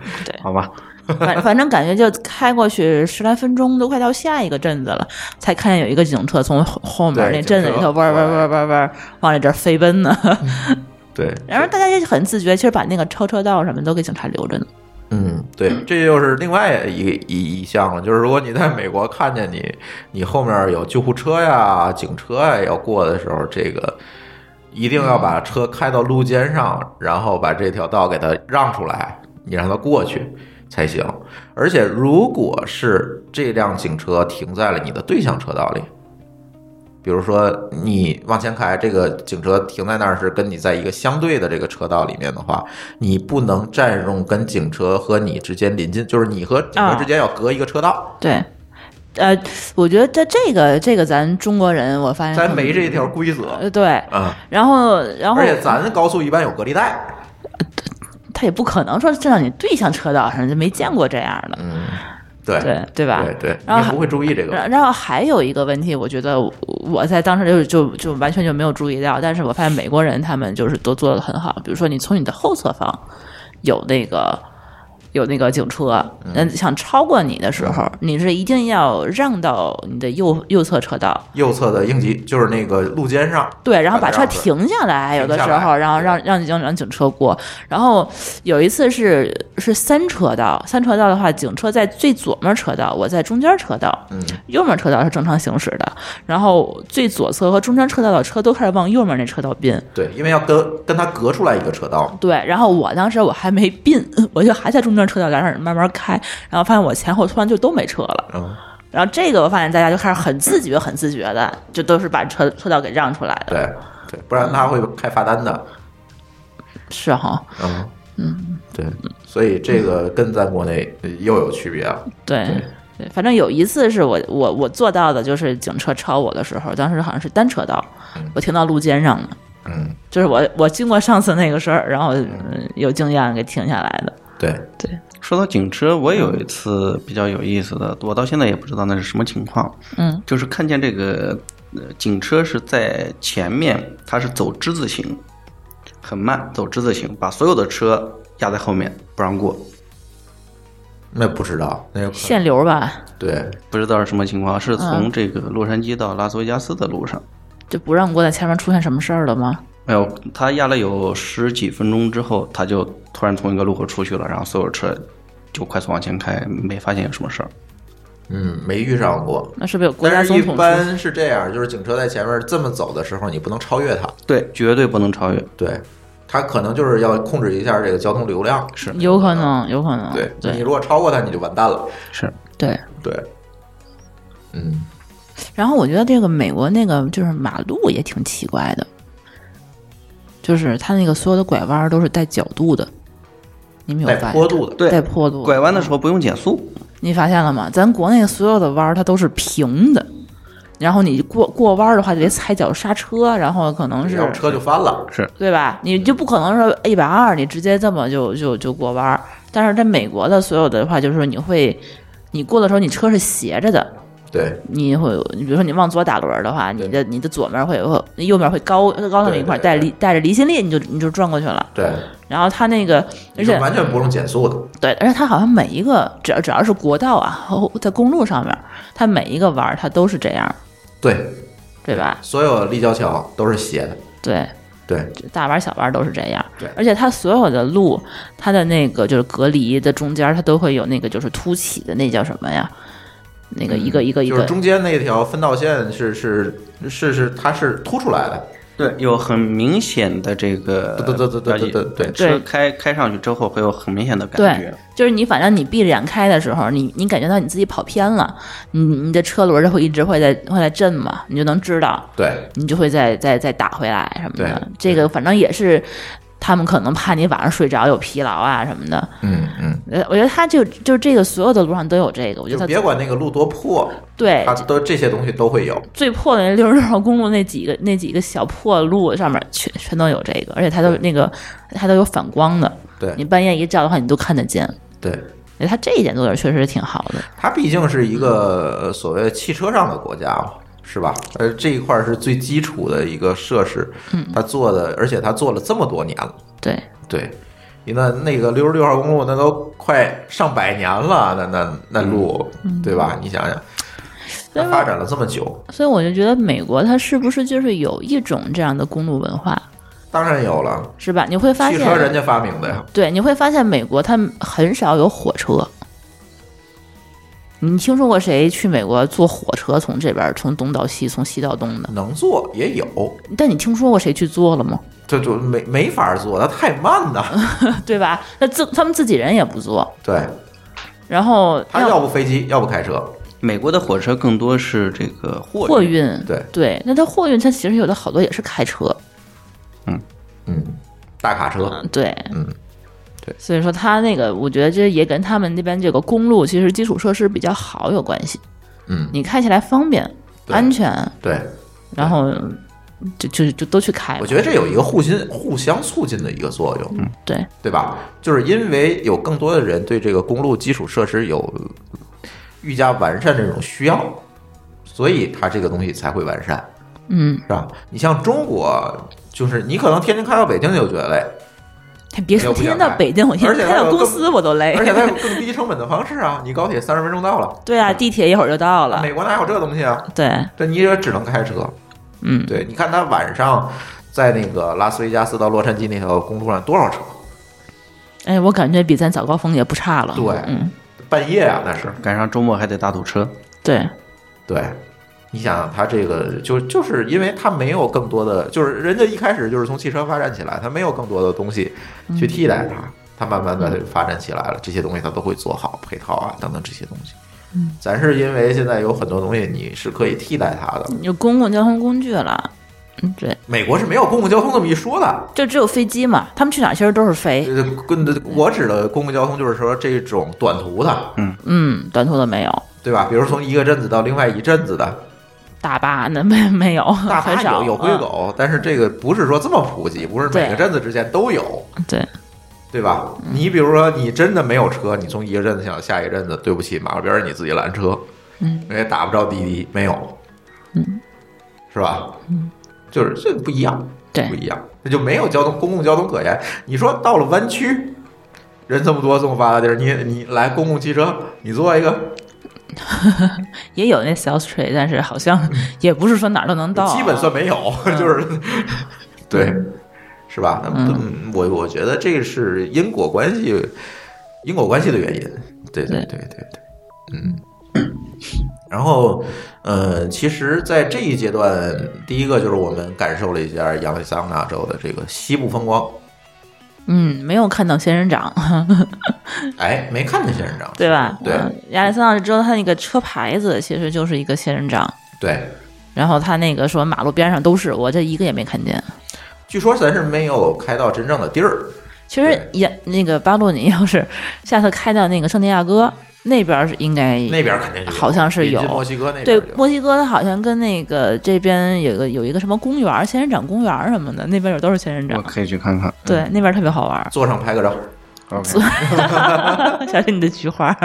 [SPEAKER 3] 好吧？
[SPEAKER 4] 反反正感觉就开过去十来分钟，都快到下一个镇子了，才看见有一个警车从后后面
[SPEAKER 1] 对
[SPEAKER 4] 那镇子里头
[SPEAKER 1] 警车
[SPEAKER 4] 弯儿弯儿弯儿弯儿弯儿往你这儿飞
[SPEAKER 1] (laughs)
[SPEAKER 4] 奔呢。
[SPEAKER 1] 对，
[SPEAKER 4] 然后大家也很自觉，其实把那个超车道什么都给警察留着呢。
[SPEAKER 1] 嗯，对，这就是另外一一一项了，就是如果你在美国看见你你后面有救护车呀、警车呀要过的时候，这个一定要把车开到路肩上，然后把这条道给它让出来，你让它过去才行。而且，如果是这辆警车停在了你的对向车道里，比如说你往前开，这个警车停在那儿是跟你在一个相对的这个车道里面的话，你不能占用跟警车和你之间临近，就是你和警车之间要隔一个车道。
[SPEAKER 4] 对，呃，我觉得这这个这个咱中国人，我发现
[SPEAKER 1] 咱没这条规则
[SPEAKER 4] 呃对，
[SPEAKER 1] 啊。
[SPEAKER 4] 然后然后
[SPEAKER 1] 而且咱高速一般有隔离带，
[SPEAKER 4] 他也不可能说站到你对向车道上，就没见过这样的。
[SPEAKER 1] 嗯，对
[SPEAKER 4] 对对吧
[SPEAKER 1] 对对，
[SPEAKER 4] 然后
[SPEAKER 1] 你也不会注意这个。
[SPEAKER 4] 然然后还有一个问题，我觉得我我在当时就就就完全就没有注意到，但是我发现美国人他们就是都做的很好，比如说你从你的后侧方有那个有那个警车，嗯，想超过你的时候，你是一定要让到你的右右侧车道，
[SPEAKER 1] 右侧的应急就是那个路肩上，
[SPEAKER 4] 对，然后把车
[SPEAKER 1] 让着
[SPEAKER 4] 停下来，有的
[SPEAKER 1] 停
[SPEAKER 4] 时
[SPEAKER 1] 下
[SPEAKER 4] 候，
[SPEAKER 1] 来
[SPEAKER 4] 然后让让让让警车过。然后有一次是是三车道，三车道的话，警车在最左面车道，我在中间车道，
[SPEAKER 1] 嗯，
[SPEAKER 4] 右面车道是正常行驶的，然后最左侧和中间车道的车都开始往右面那车道并。
[SPEAKER 1] 对，因为要跟跟它隔出来一个车道，
[SPEAKER 4] 对，然后我当时我还没并， (laughs) 我就还在中间车道，然后慢慢开，然后发现我前后突然就都没车了。
[SPEAKER 1] 嗯，
[SPEAKER 4] 然后这个我发现大家就开始很自觉、很自觉的，就都是把车车道给让出来的。
[SPEAKER 1] 对对，不然他会开罚单的，
[SPEAKER 4] 是哈，
[SPEAKER 1] 嗯嗯，对，所以这个跟咱国内又有区别啊了，
[SPEAKER 4] 对对，反正有一次是我我我做到的，就是警车超我的时候，当时好像是单车道，我停到路肩上了。
[SPEAKER 1] 嗯，
[SPEAKER 4] 就是我我经过上次那个事儿，然后、嗯有经验给停下来的。
[SPEAKER 1] 对，
[SPEAKER 3] 说到警车，我有
[SPEAKER 4] 嗯
[SPEAKER 3] 一次比较有意思的，我到现在也不知道那是什么情况。
[SPEAKER 4] 嗯，
[SPEAKER 3] 就是看见这个呃警车是在前面，它是走之字形，很慢，走之字形，把所有的车压在后面不让过，
[SPEAKER 1] 那不知道，那有可
[SPEAKER 4] 限流吧，
[SPEAKER 1] 能对，
[SPEAKER 3] 不知道是什么情况。是从
[SPEAKER 4] 嗯
[SPEAKER 3] 这个洛杉矶到拉斯维加斯的路上，
[SPEAKER 4] 就不让我在前面出现什么事儿了吗？
[SPEAKER 3] 哎呦，他压了有十几分钟之后，他就突然从一个路口出去了，然后所有车就快速往前开，没发现有什么事儿。
[SPEAKER 1] 嗯，没遇上过。
[SPEAKER 4] 那是不是有国家
[SPEAKER 1] 但是，
[SPEAKER 4] 总
[SPEAKER 1] 一
[SPEAKER 4] 统出？
[SPEAKER 1] 般是这样，就是警车在前面这么走的时候，你不能超越它，
[SPEAKER 3] 对，绝对不能超越。
[SPEAKER 1] 对，它可能就是要控制一下这个交通流量，
[SPEAKER 3] 是
[SPEAKER 4] 有可能，有可能。
[SPEAKER 1] 嗯对，你
[SPEAKER 4] 对
[SPEAKER 1] 如果超过它，你就完蛋了，
[SPEAKER 3] 是，
[SPEAKER 4] 对。
[SPEAKER 1] 对，嗯，
[SPEAKER 4] 然后我觉得这个美国那个就是马路也挺奇怪的，就是它那个所有的拐弯儿都是带角度的，你们有
[SPEAKER 1] 带
[SPEAKER 4] 发现？
[SPEAKER 1] 坡度的，
[SPEAKER 3] 对
[SPEAKER 4] 带坡度。
[SPEAKER 3] 拐弯的时候不用减速，
[SPEAKER 4] 你发现了吗？咱国内所有的弯儿它都是平的，然后你过过弯儿的话就得踩脚刹车，然后可能是
[SPEAKER 1] 要不车就翻了。
[SPEAKER 3] 是
[SPEAKER 4] 对吧？你就不可能说一百二你直接这么就就就过弯儿。但是在美国的所有的话，就是说你会，你过的时候你车是斜着的，
[SPEAKER 1] 对，
[SPEAKER 4] 你会，你比如说你往左打轮儿的话，你的你的左面会有，右面会高高那么一块儿，
[SPEAKER 1] 对对对
[SPEAKER 4] 带离带着离心力，你就你就转过去了。
[SPEAKER 1] 对，
[SPEAKER 4] 然后它那个，而
[SPEAKER 1] 你是
[SPEAKER 4] 且
[SPEAKER 1] 完全不用减速的。
[SPEAKER 4] 对，而且它好像每一个只要只要是国道啊， (laughs) 后在公路上面，它每一个弯儿它都是这样，
[SPEAKER 1] 对，
[SPEAKER 4] 对吧？
[SPEAKER 1] 所有立交桥都是斜的。
[SPEAKER 4] 对，
[SPEAKER 1] 对，
[SPEAKER 4] 大弯儿小弯儿都是这样
[SPEAKER 1] 对。
[SPEAKER 4] 而且它所有的路，它的那个就是隔离的中间儿，它都会有那个就是凸起的，那叫什么呀？那个一个一个一
[SPEAKER 1] 嗯就
[SPEAKER 4] 个
[SPEAKER 1] 是，中间那条分道线是是是是，它是凸出来的。
[SPEAKER 3] 对，有很明显的这个，呃
[SPEAKER 1] 对对对对对对对
[SPEAKER 4] 对
[SPEAKER 3] 车开开上去之后会有很明显的感
[SPEAKER 4] 对
[SPEAKER 3] 觉，，
[SPEAKER 4] 就是你反正你闭着眼开的时候，你你感觉到你自己跑偏了，你你的车轮儿就会一直会在会在震嘛，你就能知道，
[SPEAKER 1] 对
[SPEAKER 4] 你就会再再再打回来什么的
[SPEAKER 1] 对。
[SPEAKER 4] 这个反正也是。他们可能怕你晚上睡着有疲劳啊什么的，
[SPEAKER 1] 嗯嗯，
[SPEAKER 4] 呃，我觉得他就就这个所有的路上都有这个，我觉
[SPEAKER 1] 就
[SPEAKER 4] 得哎他
[SPEAKER 1] 别管那个路多破，
[SPEAKER 4] 对
[SPEAKER 1] 它都这些东西都会有。
[SPEAKER 4] 最破的那六十六号公路那几个那几个小破路上面全全都有这个，而且它都那个它都有反光的，你
[SPEAKER 1] 对
[SPEAKER 4] 半夜一照的话你都看得见。
[SPEAKER 1] 对，
[SPEAKER 4] 哎它这一点做的确实挺好的，
[SPEAKER 1] 它毕竟是一个呃所谓汽车上的国家嘛。是吧？呃，这一块儿是最基础的一个设施，
[SPEAKER 4] 嗯
[SPEAKER 1] 它做的，而且它做了这么多年了。
[SPEAKER 4] 对，
[SPEAKER 1] 对，那那个六十六号公路那都快上百年了，那那那路，
[SPEAKER 4] 嗯
[SPEAKER 1] 对吧？你想想，它发展了这么久，
[SPEAKER 4] 所以我就觉得美国它是不是就是有一种这样的公路文化，
[SPEAKER 1] 当然有了，
[SPEAKER 4] 是吧？你会发
[SPEAKER 1] 汽车人
[SPEAKER 4] 现，
[SPEAKER 1] 家发明的呀。
[SPEAKER 4] 对，你会发现美国它很少有火车。你听说过谁去美国坐火车从这边从东到西，从西到东的？
[SPEAKER 1] 能做也有，
[SPEAKER 4] 但你听说过谁去坐了吗？
[SPEAKER 1] 这就没没法做，它太慢
[SPEAKER 4] (laughs)
[SPEAKER 1] 了。
[SPEAKER 4] 对吧？那自他们自己人也不坐，
[SPEAKER 1] 对，
[SPEAKER 4] 然后
[SPEAKER 1] 它要不飞机，要不开车。
[SPEAKER 3] 美国的火车更多是这个货
[SPEAKER 4] 货运，
[SPEAKER 1] 对，
[SPEAKER 4] 那它货运它其实有的好多也是开车，
[SPEAKER 1] 嗯，大卡车，
[SPEAKER 4] 嗯，对，
[SPEAKER 1] 嗯，对，
[SPEAKER 4] 所以说它那个，我觉得这也跟他们那边这个公路其实基础设施比较好有关系，
[SPEAKER 1] 嗯，
[SPEAKER 4] 你开起来方便、
[SPEAKER 1] 对
[SPEAKER 4] 安全，
[SPEAKER 1] 对，
[SPEAKER 4] 然后就就就都去开吧。
[SPEAKER 1] 我觉得这有一个互心互相促进的一个作用，
[SPEAKER 4] 对，
[SPEAKER 1] 对吧？就是因为有更多的人对这个公路基础设施有愈加完善这种需要，所以它这个东西才会完善，
[SPEAKER 4] 嗯，
[SPEAKER 1] 是吧？你像中国，就是你可能天津开到北京你就觉得累，
[SPEAKER 4] 别说天天到北京，我天
[SPEAKER 1] 而且
[SPEAKER 4] 天
[SPEAKER 1] 它
[SPEAKER 4] 开到
[SPEAKER 1] 有
[SPEAKER 4] 公
[SPEAKER 1] 更
[SPEAKER 4] 司我都累。
[SPEAKER 1] 而且它有更低成本的方式啊， (laughs) 你高铁三十分钟到了。
[SPEAKER 4] 对啊，地铁一会儿就到了
[SPEAKER 1] 美。国哪有这东西啊？
[SPEAKER 4] 对，
[SPEAKER 1] 这你也只能开车。
[SPEAKER 4] 嗯，
[SPEAKER 1] 对，你看他晚上在那个拉斯维加斯到洛杉矶那条公路上多少车？
[SPEAKER 4] 哎，我感觉比咱早高峰也不差了。
[SPEAKER 1] 对
[SPEAKER 4] 嗯，
[SPEAKER 1] 半夜啊，那是。
[SPEAKER 3] 赶上周末还得大堵车。
[SPEAKER 4] 对，
[SPEAKER 1] 对，你想啊想，他这个就就是因为他没有更多的，就是人家一开始就是从汽车发展起来，他没有更多的东西
[SPEAKER 4] 嗯
[SPEAKER 1] 去替代它，他慢慢的发展起来了，这些东西他都会做好配套啊等等这些东西。嗯，咱是因为现在有很多东西你是可以替代它的，
[SPEAKER 4] 有公共交通工具了。嗯，对，
[SPEAKER 1] 美国是没有公共交通这么一说的。
[SPEAKER 4] 就只有飞机嘛，他们去哪儿其实都是飞。
[SPEAKER 1] 呃，跟我指的公共交通就是说这种短途的，
[SPEAKER 4] 嗯，短途的没有，
[SPEAKER 1] 对吧？比如从一个镇子到另外一镇子的，
[SPEAKER 4] 大巴那没没有，
[SPEAKER 1] 大
[SPEAKER 4] 嗯很
[SPEAKER 1] 巴
[SPEAKER 4] 少
[SPEAKER 1] 有有灰。狗，但是这个不是说这么普及，不是每个
[SPEAKER 4] 对
[SPEAKER 1] 镇子之间都有，
[SPEAKER 4] 嗯对，
[SPEAKER 1] 对吧？你比如说你真的没有车，你从一个镇子想到下一个镇子，对不起，马路边儿你自己拦车，
[SPEAKER 4] 嗯，
[SPEAKER 1] 人家打不着滴滴，没有，
[SPEAKER 4] 嗯，
[SPEAKER 1] 是吧？嗯，就是这不一样，
[SPEAKER 4] 对
[SPEAKER 1] 不一样，那就没有交通公共交通可言。你说到了湾区，人这么多这么发达地儿，你你来公共汽车，你坐一个，
[SPEAKER 4] 也有那 South Street，但是好像也不是说哪儿都能到啊、
[SPEAKER 1] 嗯基本算没有， (laughs) 就是
[SPEAKER 4] (laughs)
[SPEAKER 1] 对，是吧？
[SPEAKER 4] 嗯
[SPEAKER 1] 嗯，我我觉得这是因果关系，因果关系的原因。对对
[SPEAKER 4] 对
[SPEAKER 1] 对对对，嗯。然后，呃，其实，在这一阶段，第一个就是我们感受了一下亚利桑那州的这个西部风光，
[SPEAKER 4] 嗯，没有看到仙人掌， (laughs)
[SPEAKER 1] 哎，没看见仙人掌，
[SPEAKER 4] 对吧？
[SPEAKER 1] 对
[SPEAKER 4] 嗯，亚历山大知道他那个车牌子其实就是一个仙人掌，
[SPEAKER 1] 对，
[SPEAKER 4] 然后他那个说马路边上都是，我这一个也没看见。
[SPEAKER 1] 据说咱是没有开到真正的地儿，
[SPEAKER 4] 其实
[SPEAKER 1] 对
[SPEAKER 4] 也那个巴洛尼要 (laughs) 是下次开到那个圣地亚哥那边儿是应该
[SPEAKER 1] 那边肯定就有
[SPEAKER 4] 嗯好像是有
[SPEAKER 1] 临近墨西哥那边
[SPEAKER 4] 对
[SPEAKER 1] 有
[SPEAKER 4] 墨西哥，它好像跟那个这边有个有一个什么公园儿，仙人掌公园儿什么的，那边有都是仙人
[SPEAKER 3] 我
[SPEAKER 4] 掌，
[SPEAKER 3] 可以去看看。
[SPEAKER 4] 对，那边特别好玩
[SPEAKER 1] (laughs)。
[SPEAKER 4] 儿
[SPEAKER 1] 坐上拍个照，
[SPEAKER 3] OK，
[SPEAKER 4] 小心你的菊花。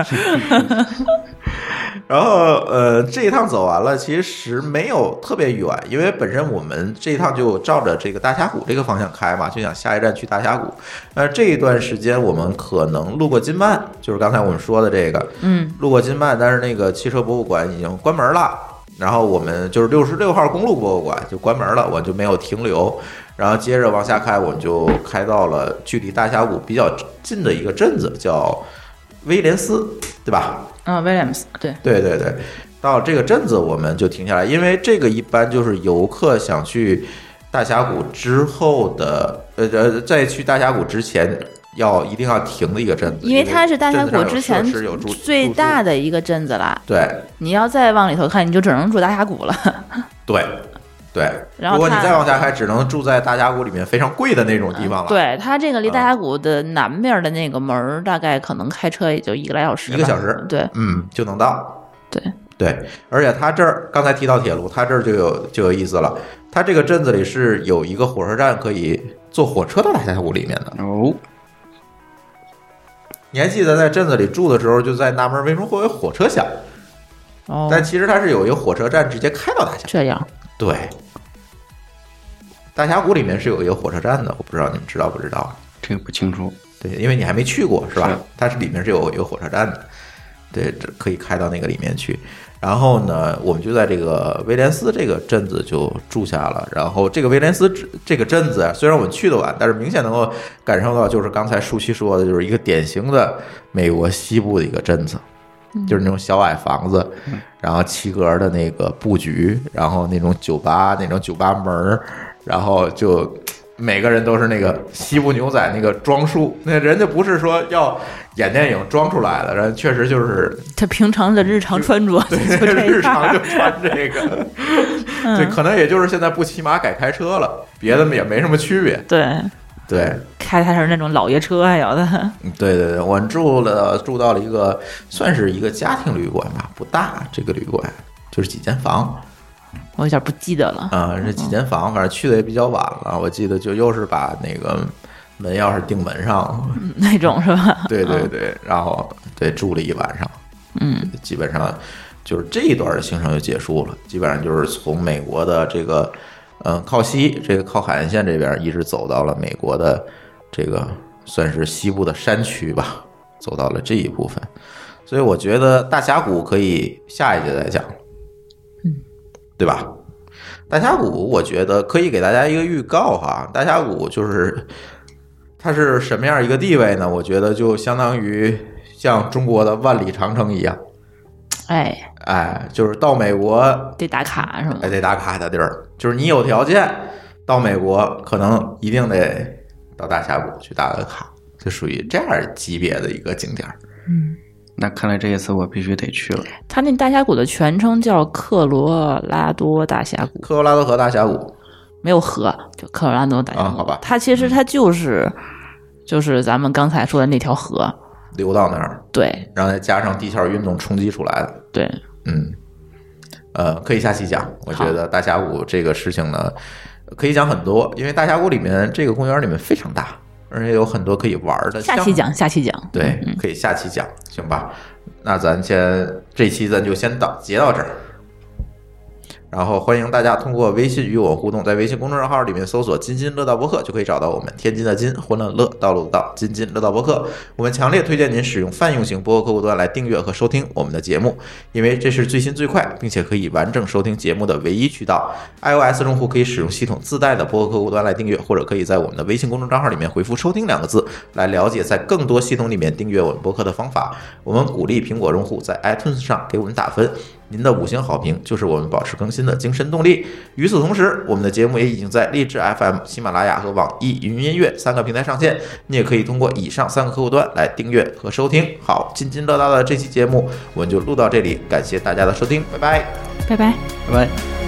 [SPEAKER 1] 然后呃，这一趟走完了，其实没有特别远，因为本身我们这一趟就照着这个大峡谷这个方向开嘛，就想下一站去大峡谷。那这一段时间我们可能路过金曼，就是刚才我们说的这个，
[SPEAKER 4] 嗯，
[SPEAKER 1] 路过金曼，但是那个汽车博物馆已经关门了。然后我们就是六十六号公路博物馆就关门了，我就没有停留。然后接着往下开，我们就开到了距离大峡谷比较近的一个镇子，叫威廉斯，对吧？
[SPEAKER 4] 啊、威廉姆斯，对，
[SPEAKER 1] 对对对，到这个镇子我们就停下来，因为这个一般就是游客想去大峡谷之后的，呃呃，在去大峡谷之前要一定要停的一个镇子，
[SPEAKER 4] 因为它是大峡谷之前
[SPEAKER 1] 镇子上有设施有住
[SPEAKER 4] 最大
[SPEAKER 1] 的，
[SPEAKER 4] 的一个镇子了，
[SPEAKER 1] 对
[SPEAKER 4] 你要再往里头看，你就只能住大峡谷了。
[SPEAKER 1] 对对。
[SPEAKER 4] 然后
[SPEAKER 1] 如果你
[SPEAKER 4] 它
[SPEAKER 1] 再往下开，只能住在大峡谷里面非常贵的那种地方了，，
[SPEAKER 4] 对，它这个离大峡谷的南面的那个门儿，大概可能开车也就一个来小时吧，
[SPEAKER 1] 一个小时
[SPEAKER 4] 对，
[SPEAKER 1] 嗯，就能到。
[SPEAKER 4] 对
[SPEAKER 1] 对，而且它这儿刚才提到铁路，它这儿就有就有意思了。它这个镇子里是有一个火车站可以坐火车到大峡谷里面的，
[SPEAKER 3] 哦，
[SPEAKER 1] 你还记得在镇子里住的时候，就在纳闷为什么会有火车响？
[SPEAKER 4] 哦，
[SPEAKER 1] 但其实它是有一个火车站直接开到大峡。
[SPEAKER 4] 这样，
[SPEAKER 1] 对，大峡谷里面是有一个火车站的，我不知道你们知道不知道？
[SPEAKER 3] 这个不清楚。
[SPEAKER 1] 对，因为你还没去过是吧？
[SPEAKER 3] 是
[SPEAKER 1] 它是里面是有有火车站的，对，这可以开到那个里面去。然后呢，我们就在这个威廉斯这个镇子就住下了。然后这个威廉斯这这个镇子啊，虽然我们去的晚，但是明显能够感受到，就是刚才舒淇说的，就是一个典型的美国西部的一个镇子，就是那种小矮房子，然后七格的那个布局，然后那种酒吧那种酒吧门儿，然后就每个人都是那个西部牛仔那个装束， (laughs) 那人家不是说要演电影装出来的，人确实就是
[SPEAKER 4] 他平常的日常穿着就
[SPEAKER 1] (laughs)
[SPEAKER 4] 就这
[SPEAKER 1] 日
[SPEAKER 4] 样
[SPEAKER 1] 常就
[SPEAKER 4] 儿，
[SPEAKER 1] 穿这个，对，
[SPEAKER 4] (laughs) 嗯，
[SPEAKER 1] 可能也就是现在不骑马改开车了，别的也没什么区别。
[SPEAKER 4] (laughs) 对，
[SPEAKER 1] 对，
[SPEAKER 4] 开的还是那种老爷车啊，有的。 (laughs)
[SPEAKER 1] 对对对，我住了住到了一个算是一个家庭旅馆吧，不大，这个旅馆就是几间房
[SPEAKER 4] 我有点不记得了。
[SPEAKER 1] 啊、这几间房，反正去的也比较晚了，我记得就又是把那个门钥匙钉门上了，
[SPEAKER 4] 那种是吧？
[SPEAKER 1] 嗯对对对，然后对住了一晚上，嗯，基本上就是这一段的行程就结束了，基本上就是从美国的这个嗯、呃靠西这个靠海岸线这边一直走到了美国的这个算是西部的山区吧，走到了这一部分，所以我觉得大峡谷可以下一节再讲，嗯，对吧？大峡谷，我觉得可以给大家一个预告哈。大峡谷就是它是什么样一个地位呢？我觉得就相当于像中国的万里长城一样，
[SPEAKER 4] 哎，
[SPEAKER 1] 哎，就是到美国
[SPEAKER 4] 得打卡是吗
[SPEAKER 1] 还？得打卡的地儿，就是你有条件到美国，可能一定得到大峡谷去打个卡，就属于这样级别的一个景点儿。
[SPEAKER 3] 那看来这一次我必须得去了。
[SPEAKER 4] 它那大峡谷的全称叫克罗拉多大峡谷，
[SPEAKER 1] 科罗拉多河大峡谷，
[SPEAKER 4] 没有河，就克罗拉多大峡谷。
[SPEAKER 1] 啊好吧
[SPEAKER 4] 它其实它就是就是咱们刚才说的那条河，
[SPEAKER 1] 流到那儿，
[SPEAKER 4] 对
[SPEAKER 1] 然后再加上地壳运动冲击出来的，
[SPEAKER 4] 对，
[SPEAKER 1] 嗯，呃，可以下期讲。我觉得大峡谷这个事情呢，可以讲很多，因为大峡谷里面这个公园里面非常大，而且有很多可以玩的。
[SPEAKER 4] 下期，讲，下嗯期讲，
[SPEAKER 1] 对，可以下期讲，行吧？那咱先这期咱就先到截到这儿。然后欢迎大家通过微信与我互动，在微信公众号里面搜索“津津乐道播客”就可以找到我们。天津的津，欢乐乐，道路的道，津津乐道播客。我们强烈推荐您使用泛用型播客客户端来订阅和收听我们的节目，因为这是最新最快，并且可以完整收听节目的唯一渠道。iOS 用户可以使用系统自带的播客客户端来订阅，或者可以在我们的微信公众账号里面回复“收听”两个字来了解在更多系统里面订阅我们播客的方法。我们鼓励苹果用户在 iTunes 上给我们打分。您的五星好评就是我们保持更新的精神动力。与此同时，我们的节目也已经在荔枝 FM、喜马拉雅和网易云音乐三个平台上线，你也可以通过以上三个客户端来订阅和收听。好，津津乐道的这期节目我们就录到这里，感谢大家的收听，拜拜。
[SPEAKER 4] 拜拜。
[SPEAKER 3] 拜拜。